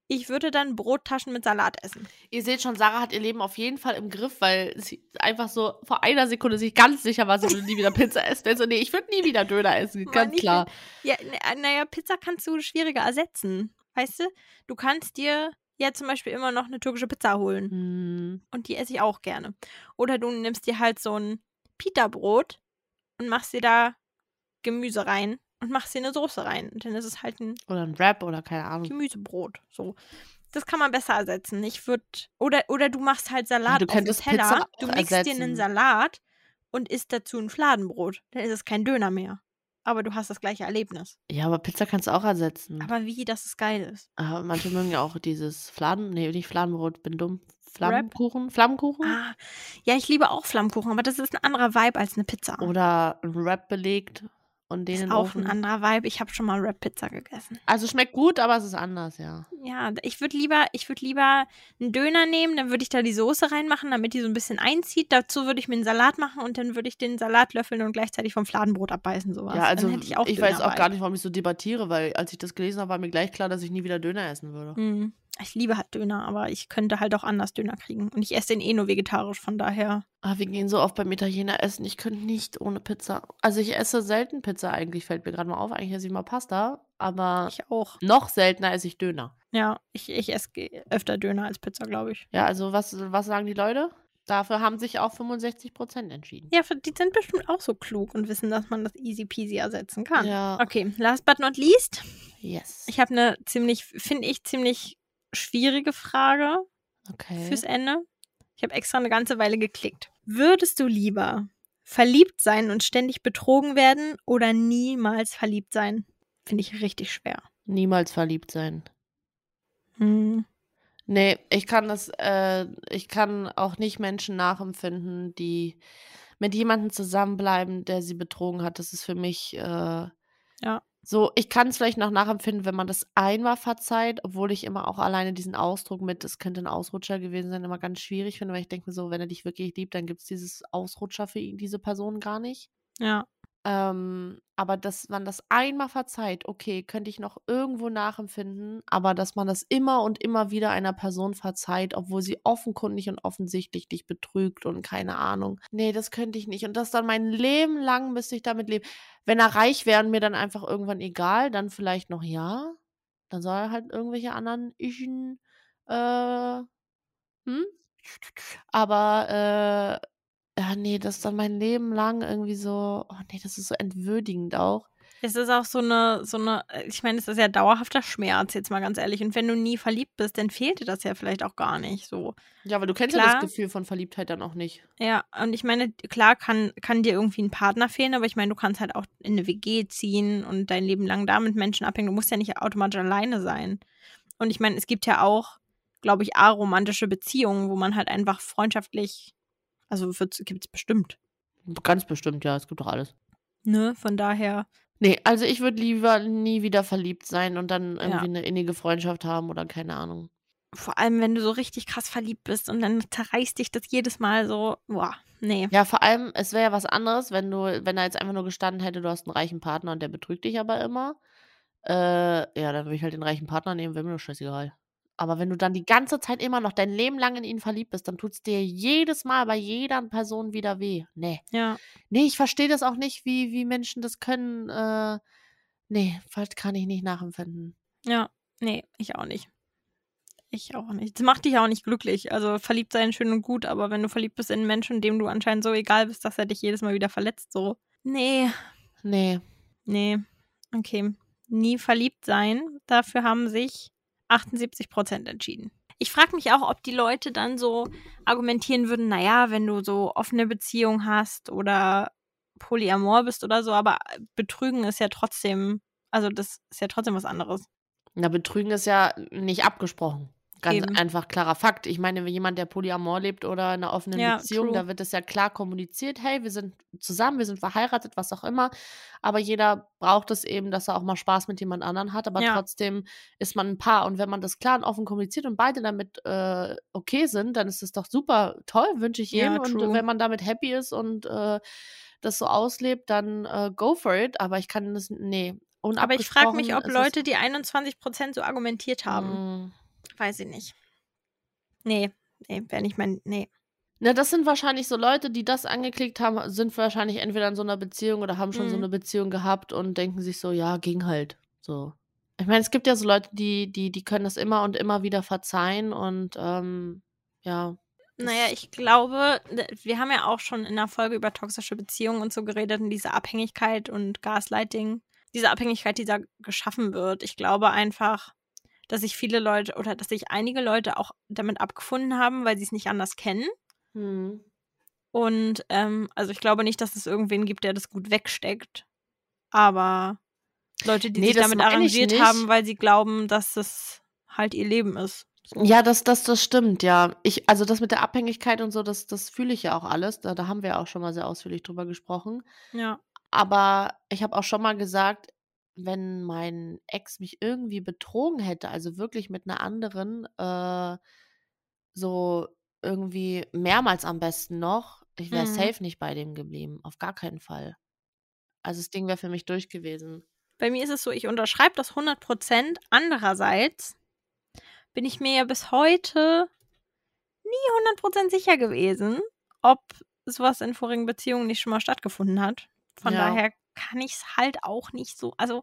S1: ich würde dann Brottaschen mit Salat essen.
S2: Ihr seht schon, Sarah hat ihr Leben auf jeden Fall im Griff, weil sie einfach so vor einer Sekunde sich ganz sicher war, sie würde nie wieder Pizza essen. Also, nee, ich würde nie wieder Döner essen,
S1: Mann,
S2: ganz
S1: ich
S2: klar.
S1: Ja, n- naja, Pizza kannst du schwieriger ersetzen, weißt du? Du kannst dir ja zum Beispiel immer noch eine türkische Pizza holen.
S2: Hm.
S1: Und die esse ich auch gerne. Oder du nimmst dir halt so ein Pita-Brot und machst dir da Gemüse rein und machst dir eine Soße rein. Und dann ist es halt ein
S2: Oder ein Wrap oder keine Ahnung.
S1: Gemüsebrot. So. Das kann man besser ersetzen. Ich würde. Oder, oder du machst halt Salat
S2: du
S1: auf den
S2: könntest
S1: Teller.
S2: Pizza auch
S1: du mixt dir einen
S2: ersetzen.
S1: Salat und isst dazu ein Fladenbrot. Dann ist es kein Döner mehr. Aber du hast das gleiche Erlebnis.
S2: Ja, aber Pizza kannst du auch ersetzen.
S1: Aber wie, dass es geil ist.
S2: Ah, manche mögen ja auch dieses Fladen. Nee, nicht Fladenbrot, bin dumm. Flammenkuchen? Flammenkuchen?
S1: Ah, ja, ich liebe auch Flammkuchen, aber das ist ein anderer Vibe als eine Pizza.
S2: Oder ein Wrap belegt und den in
S1: ist
S2: den
S1: auch ein
S2: Ofen.
S1: anderer Vibe. Ich habe schon mal Wrap-Pizza gegessen.
S2: also schmeckt gut, aber es ist anders, ja.
S1: Ja, ich würde lieber, ich würde lieber einen Döner nehmen, dann würde ich da die Soße reinmachen, damit die so ein bisschen einzieht. Dazu würde ich mir einen Salat machen und dann würde ich den Salat löffeln und gleichzeitig vom Fladenbrot abbeißen sowas.
S2: ja, also
S1: dann
S2: ich, weiß auch gar nicht, warum ich so debattiere, weil als ich das gelesen habe, war mir gleich klar, dass ich nie wieder Döner essen würde.
S1: Hm. Ich liebe halt Döner, aber ich könnte halt auch anders Döner kriegen. Und ich esse den eh nur vegetarisch, von daher.
S2: Ah, wir gehen so oft beim Italiener essen. Ich könnte nicht ohne Pizza. Also ich esse selten Pizza eigentlich, fällt mir gerade mal auf. Eigentlich esse ich mal Pasta, aber
S1: Ich auch.
S2: noch seltener esse ich Döner.
S1: Ja, ich, ich esse ge- öfter Döner als Pizza, glaube ich.
S2: Ja, also was, was sagen die Leute? Dafür haben sich auch 65 Prozent entschieden.
S1: Ja, die sind bestimmt auch so klug und wissen, dass man das easy peasy ersetzen kann.
S2: Ja,
S1: Okay, last but not least.
S2: yes.
S1: Ich habe eine ziemlich, finde ich, ziemlich schwierige Frage
S2: Okay.
S1: fürs Ende. Ich habe extra eine ganze Weile geklickt. Würdest du lieber verliebt sein und ständig betrogen werden oder niemals verliebt sein? Finde ich richtig schwer.
S2: Niemals verliebt sein. Mhm.
S1: Hm.
S2: Nee, ich kann das, äh, ich kann auch nicht Menschen nachempfinden, die mit jemandem zusammenbleiben, der sie betrogen hat. Das ist für mich äh, ja. so, ich kann es vielleicht noch nachempfinden, wenn man das einmal verzeiht, obwohl ich immer auch alleine diesen Ausdruck mit, es könnte ein Ausrutscher gewesen sein, immer ganz schwierig finde, weil ich denke mir so, wenn er dich wirklich liebt, dann gibt es dieses Ausrutscher für ihn, diese Person gar nicht.
S1: Ja.
S2: Ähm, aber dass man das einmal verzeiht, okay, könnte ich noch irgendwo nachempfinden, aber dass man das immer und immer wieder einer Person verzeiht, obwohl sie offenkundig und offensichtlich dich betrügt und keine Ahnung. Nee, das könnte ich nicht. Und das dann mein Leben lang müsste ich damit leben. Wenn er reich wäre und mir dann einfach irgendwann egal, dann vielleicht noch ja. Dann soll er halt irgendwelche anderen Ischen, äh, hm? Aber, äh, ja, nee, das ist dann mein Leben lang irgendwie so, oh nee, das ist so entwürdigend auch.
S1: Es ist auch so eine, so eine, äh, ich meine, es ist ja dauerhafter Schmerz, jetzt mal ganz ehrlich. Und wenn du nie verliebt bist, dann fehlt dir das ja vielleicht auch gar nicht so.
S2: Ja, aber du kennst ja
S1: Klar.
S2: das Gefühl von Verliebtheit dann auch nicht.
S1: Ja, und ich meine, klar kann, kann dir irgendwie ein Partner fehlen, aber ich meine, du kannst halt auch in eine WG ziehen und dein Leben lang da mit Menschen abhängen. Du musst ja nicht automatisch alleine sein. Und ich meine, es gibt ja auch, glaube ich, aromantische Beziehungen, wo man halt einfach freundschaftlich, also gibt es bestimmt.
S2: Ganz bestimmt, ja, es gibt doch alles.
S1: Ne? Von daher,
S2: Nee, also ich würde lieber nie wieder verliebt sein und dann irgendwie
S1: Ja.
S2: eine innige Freundschaft haben oder keine Ahnung.
S1: vor allem, wenn du so richtig krass verliebt bist und dann zerreißt dich das jedes Mal so, boah, nee.
S2: Ja, vor allem, es wäre ja was anderes, wenn du, wenn er jetzt einfach nur gestanden hätte, du hast einen reichen Partner und der betrügt dich aber immer. Äh, ja, dann würde ich halt den reichen Partner nehmen, wäre mir doch scheißegal. Aber wenn du dann die ganze Zeit immer noch dein Leben lang in ihn verliebt bist, dann tut es dir jedes Mal bei jeder Person wieder weh. Nee.
S1: Ja,
S2: Nee, ich verstehe das auch nicht, wie, wie Menschen das können. Äh, nee, fast kann ich nicht nachempfinden.
S1: ja, nee, ich auch nicht. Ich auch nicht. Das macht dich auch nicht glücklich. Also verliebt sein schön und gut, aber wenn du verliebt bist in einen Menschen, dem du anscheinend so egal bist, dass er dich jedes Mal wieder verletzt, so. Nee,
S2: Nee.
S1: nee. Okay. Nie verliebt sein. Dafür haben sich 78 Prozent entschieden. Ich frage mich auch, ob die Leute dann so argumentieren würden, naja, wenn du so offene Beziehung hast oder Polyamor bist oder so, aber betrügen ist ja trotzdem, also das ist ja trotzdem was anderes.
S2: Na, Betrügen ist ja nicht abgesprochen. Ganz
S1: Eben.
S2: einfach klarer Fakt. Ich meine, wenn jemand, der Polyamor lebt oder in einer offenen
S1: Ja,
S2: Beziehung,
S1: true.
S2: da wird es ja klar kommuniziert, hey, wir sind zusammen, wir sind verheiratet, was auch immer. Aber jeder braucht es eben, dass er auch mal Spaß mit jemand anderen hat, aber
S1: Ja.
S2: trotzdem ist man ein Paar. Und wenn man das klar und offen kommuniziert und beide damit äh, okay sind, dann ist es doch super toll, wünsche ich
S1: Ja,
S2: jedem. und
S1: true.
S2: wenn man damit happy ist und äh, das so auslebt, dann äh, go for it. Aber ich kann das, nee.
S1: Aber ich frage mich,
S2: unabgesprochen
S1: ob
S2: ist es-
S1: Leute, die 21 Prozent so argumentiert haben,
S2: Mm.
S1: weiß ich nicht. Nee, nee, wäre nicht mein, nee.
S2: Na, Ne, das sind wahrscheinlich so Leute, die das angeklickt haben, sind wahrscheinlich entweder in so einer Beziehung oder haben schon so
S1: Mhm.
S2: eine Beziehung gehabt und denken sich so, ja, ging halt. So. Ich meine, es gibt ja so Leute, die, die, die können das immer und immer wieder verzeihen und ähm, ja.
S1: Naja, ich glaube, d- wir haben ja auch schon in einer Folge über toxische Beziehungen und so geredet und diese Abhängigkeit und Gaslighting, diese Abhängigkeit, die da geschaffen wird. Ich glaube einfach, dass sich viele Leute oder dass sich einige Leute auch damit abgefunden haben, weil sie es nicht anders kennen.
S2: Hm.
S1: Und ähm, also ich glaube nicht, dass es irgendwen gibt, der das gut wegsteckt. Aber Leute, die
S2: Nee,
S1: sich
S2: das
S1: damit
S2: meine ich
S1: arrangiert
S2: nicht.
S1: haben, weil sie glauben, dass es halt ihr Leben ist. So.
S2: Ja, das, das, das stimmt, ja. Ich, also das mit der Abhängigkeit und so, das, das fühle ich ja auch alles. Da, da haben wir auch schon mal sehr ausführlich drüber gesprochen.
S1: Ja.
S2: Aber ich habe auch schon mal gesagt, wenn mein Ex mich irgendwie betrogen hätte, also wirklich mit einer anderen, äh, so irgendwie mehrmals am besten noch, ich wäre
S1: Mhm.
S2: safe nicht bei dem geblieben. Auf gar keinen Fall. Also das Ding wäre für mich durch gewesen.
S1: Bei mir ist es so, ich unterschreibe das 100 Prozent. Andererseits bin ich mir ja bis heute nie 100 Prozent sicher gewesen, ob sowas in vorigen Beziehungen nicht schon mal stattgefunden hat. Von
S2: Ja.
S1: daher kann ich es halt auch nicht so. Also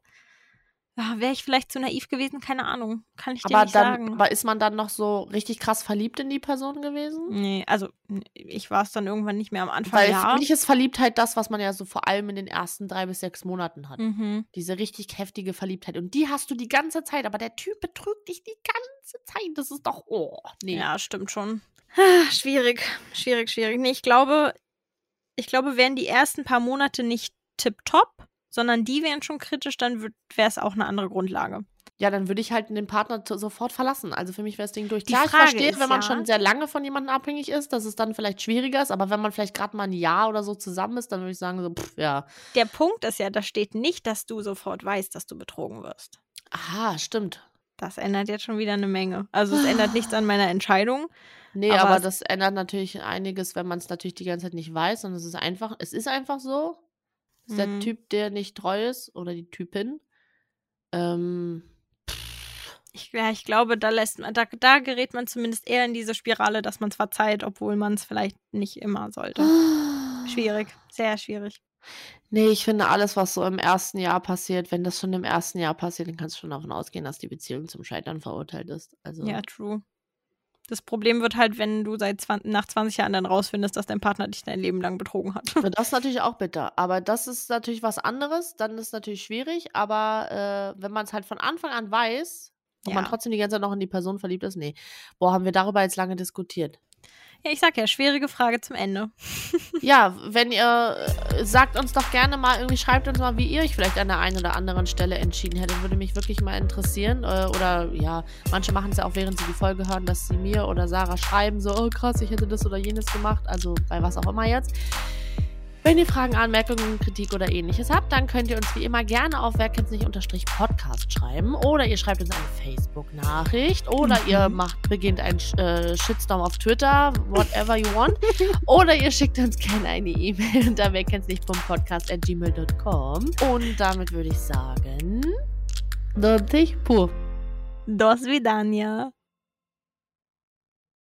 S1: wäre ich vielleicht zu naiv gewesen, keine Ahnung. Kann ich dir
S2: Aber
S1: nicht
S2: dann,
S1: sagen.
S2: aber ist man dann noch so richtig krass verliebt in die Person gewesen?
S1: Nee, also n- ich war es dann irgendwann nicht mehr am Anfang.
S2: Weil
S1: Hm, ja.
S2: für mich ist Verliebtheit das, was man ja so vor allem in den ersten drei bis sechs Monaten hat.
S1: mhm.
S2: Diese richtig heftige Verliebtheit. Und die hast du die ganze Zeit, aber der Typ betrügt dich die ganze Zeit. Das ist doch, oh, nee.
S1: Ja, stimmt schon. Ah, Schwierig, schwierig, schwierig. Nee, ich glaube, ich glaube, wären die ersten paar Monate nicht tipptopp, sondern die wären schon kritisch, dann wäre es auch eine andere Grundlage.
S2: Ja, dann würde ich halt den Partner zu- sofort verlassen. Also für mich wäre das Ding durch.
S1: Die
S2: Klar,
S1: Frage
S2: ich verstehe,
S1: ist
S2: wenn man
S1: ja-
S2: schon sehr lange von jemandem abhängig ist, dass es dann vielleicht schwieriger ist. Aber wenn man vielleicht gerade mal ein Jahr oder so zusammen ist, dann würde ich sagen, so, pff, ja.
S1: Der Punkt ist ja, da steht nicht, dass du sofort weißt, dass du betrogen wirst.
S2: Aha, stimmt.
S1: Das ändert jetzt schon wieder eine Menge. Also es ändert nichts an meiner Entscheidung.
S2: Nee,
S1: Aber
S2: aber,
S1: es-
S2: das ändert natürlich einiges, wenn man es natürlich die ganze Zeit nicht weiß. Und es ist einfach, es ist einfach so. Ist der
S1: Mhm.
S2: Typ, der nicht treu ist oder die Typin. Ähm,
S1: Ich, ja, ich glaube, da lässt man, da, da gerät man zumindest eher in diese Spirale, dass man es verzeiht, obwohl man es vielleicht nicht immer sollte. Schwierig, sehr schwierig.
S2: Nee, ich finde, alles, was so im ersten Jahr passiert, wenn das schon im ersten Jahr passiert, dann kannst du schon davon ausgehen, dass die Beziehung zum Scheitern verurteilt ist. Also,
S1: Ja, true. Das Problem wird halt, wenn du seit 20, nach 20 Jahren dann rausfindest, dass dein Partner dich dein Leben lang betrogen hat.
S2: Na, das ist natürlich auch bitter. Aber das ist natürlich was anderes. Dann ist es natürlich schwierig. Aber äh, wenn man es halt von Anfang an weiß und man
S1: Ja.
S2: trotzdem die ganze Zeit noch in die Person verliebt ist, nee. Boah, haben wir darüber jetzt lange diskutiert.
S1: Ja, ich sag ja, schwierige Frage zum Ende.
S2: ja, wenn ihr äh, sagt uns doch gerne mal, irgendwie schreibt uns mal, wie ihr euch vielleicht an der einen oder anderen Stelle entschieden hättet. Würde mich wirklich mal interessieren. Äh, oder ja, manche machen es ja auch, während sie die Folge hören, dass sie mir oder Sarah schreiben, so, oh krass, ich hätte das oder jenes gemacht. Also bei was auch immer jetzt. Wenn ihr Fragen, Anmerkungen, Kritik oder ähnliches habt, dann könnt ihr uns wie immer gerne auf werkennt's-nicht-podcast schreiben oder ihr schreibt uns eine Facebook-Nachricht oder
S1: Mhm.
S2: ihr macht, beginnt einen Sch- äh, Shitstorm auf Twitter, whatever you want. Oder ihr schickt uns gerne eine E-Mail unter werkennt's-nicht-podcast@gmail.com. Und damit würde ich sagen, 90 pur.
S1: Dos Vidania.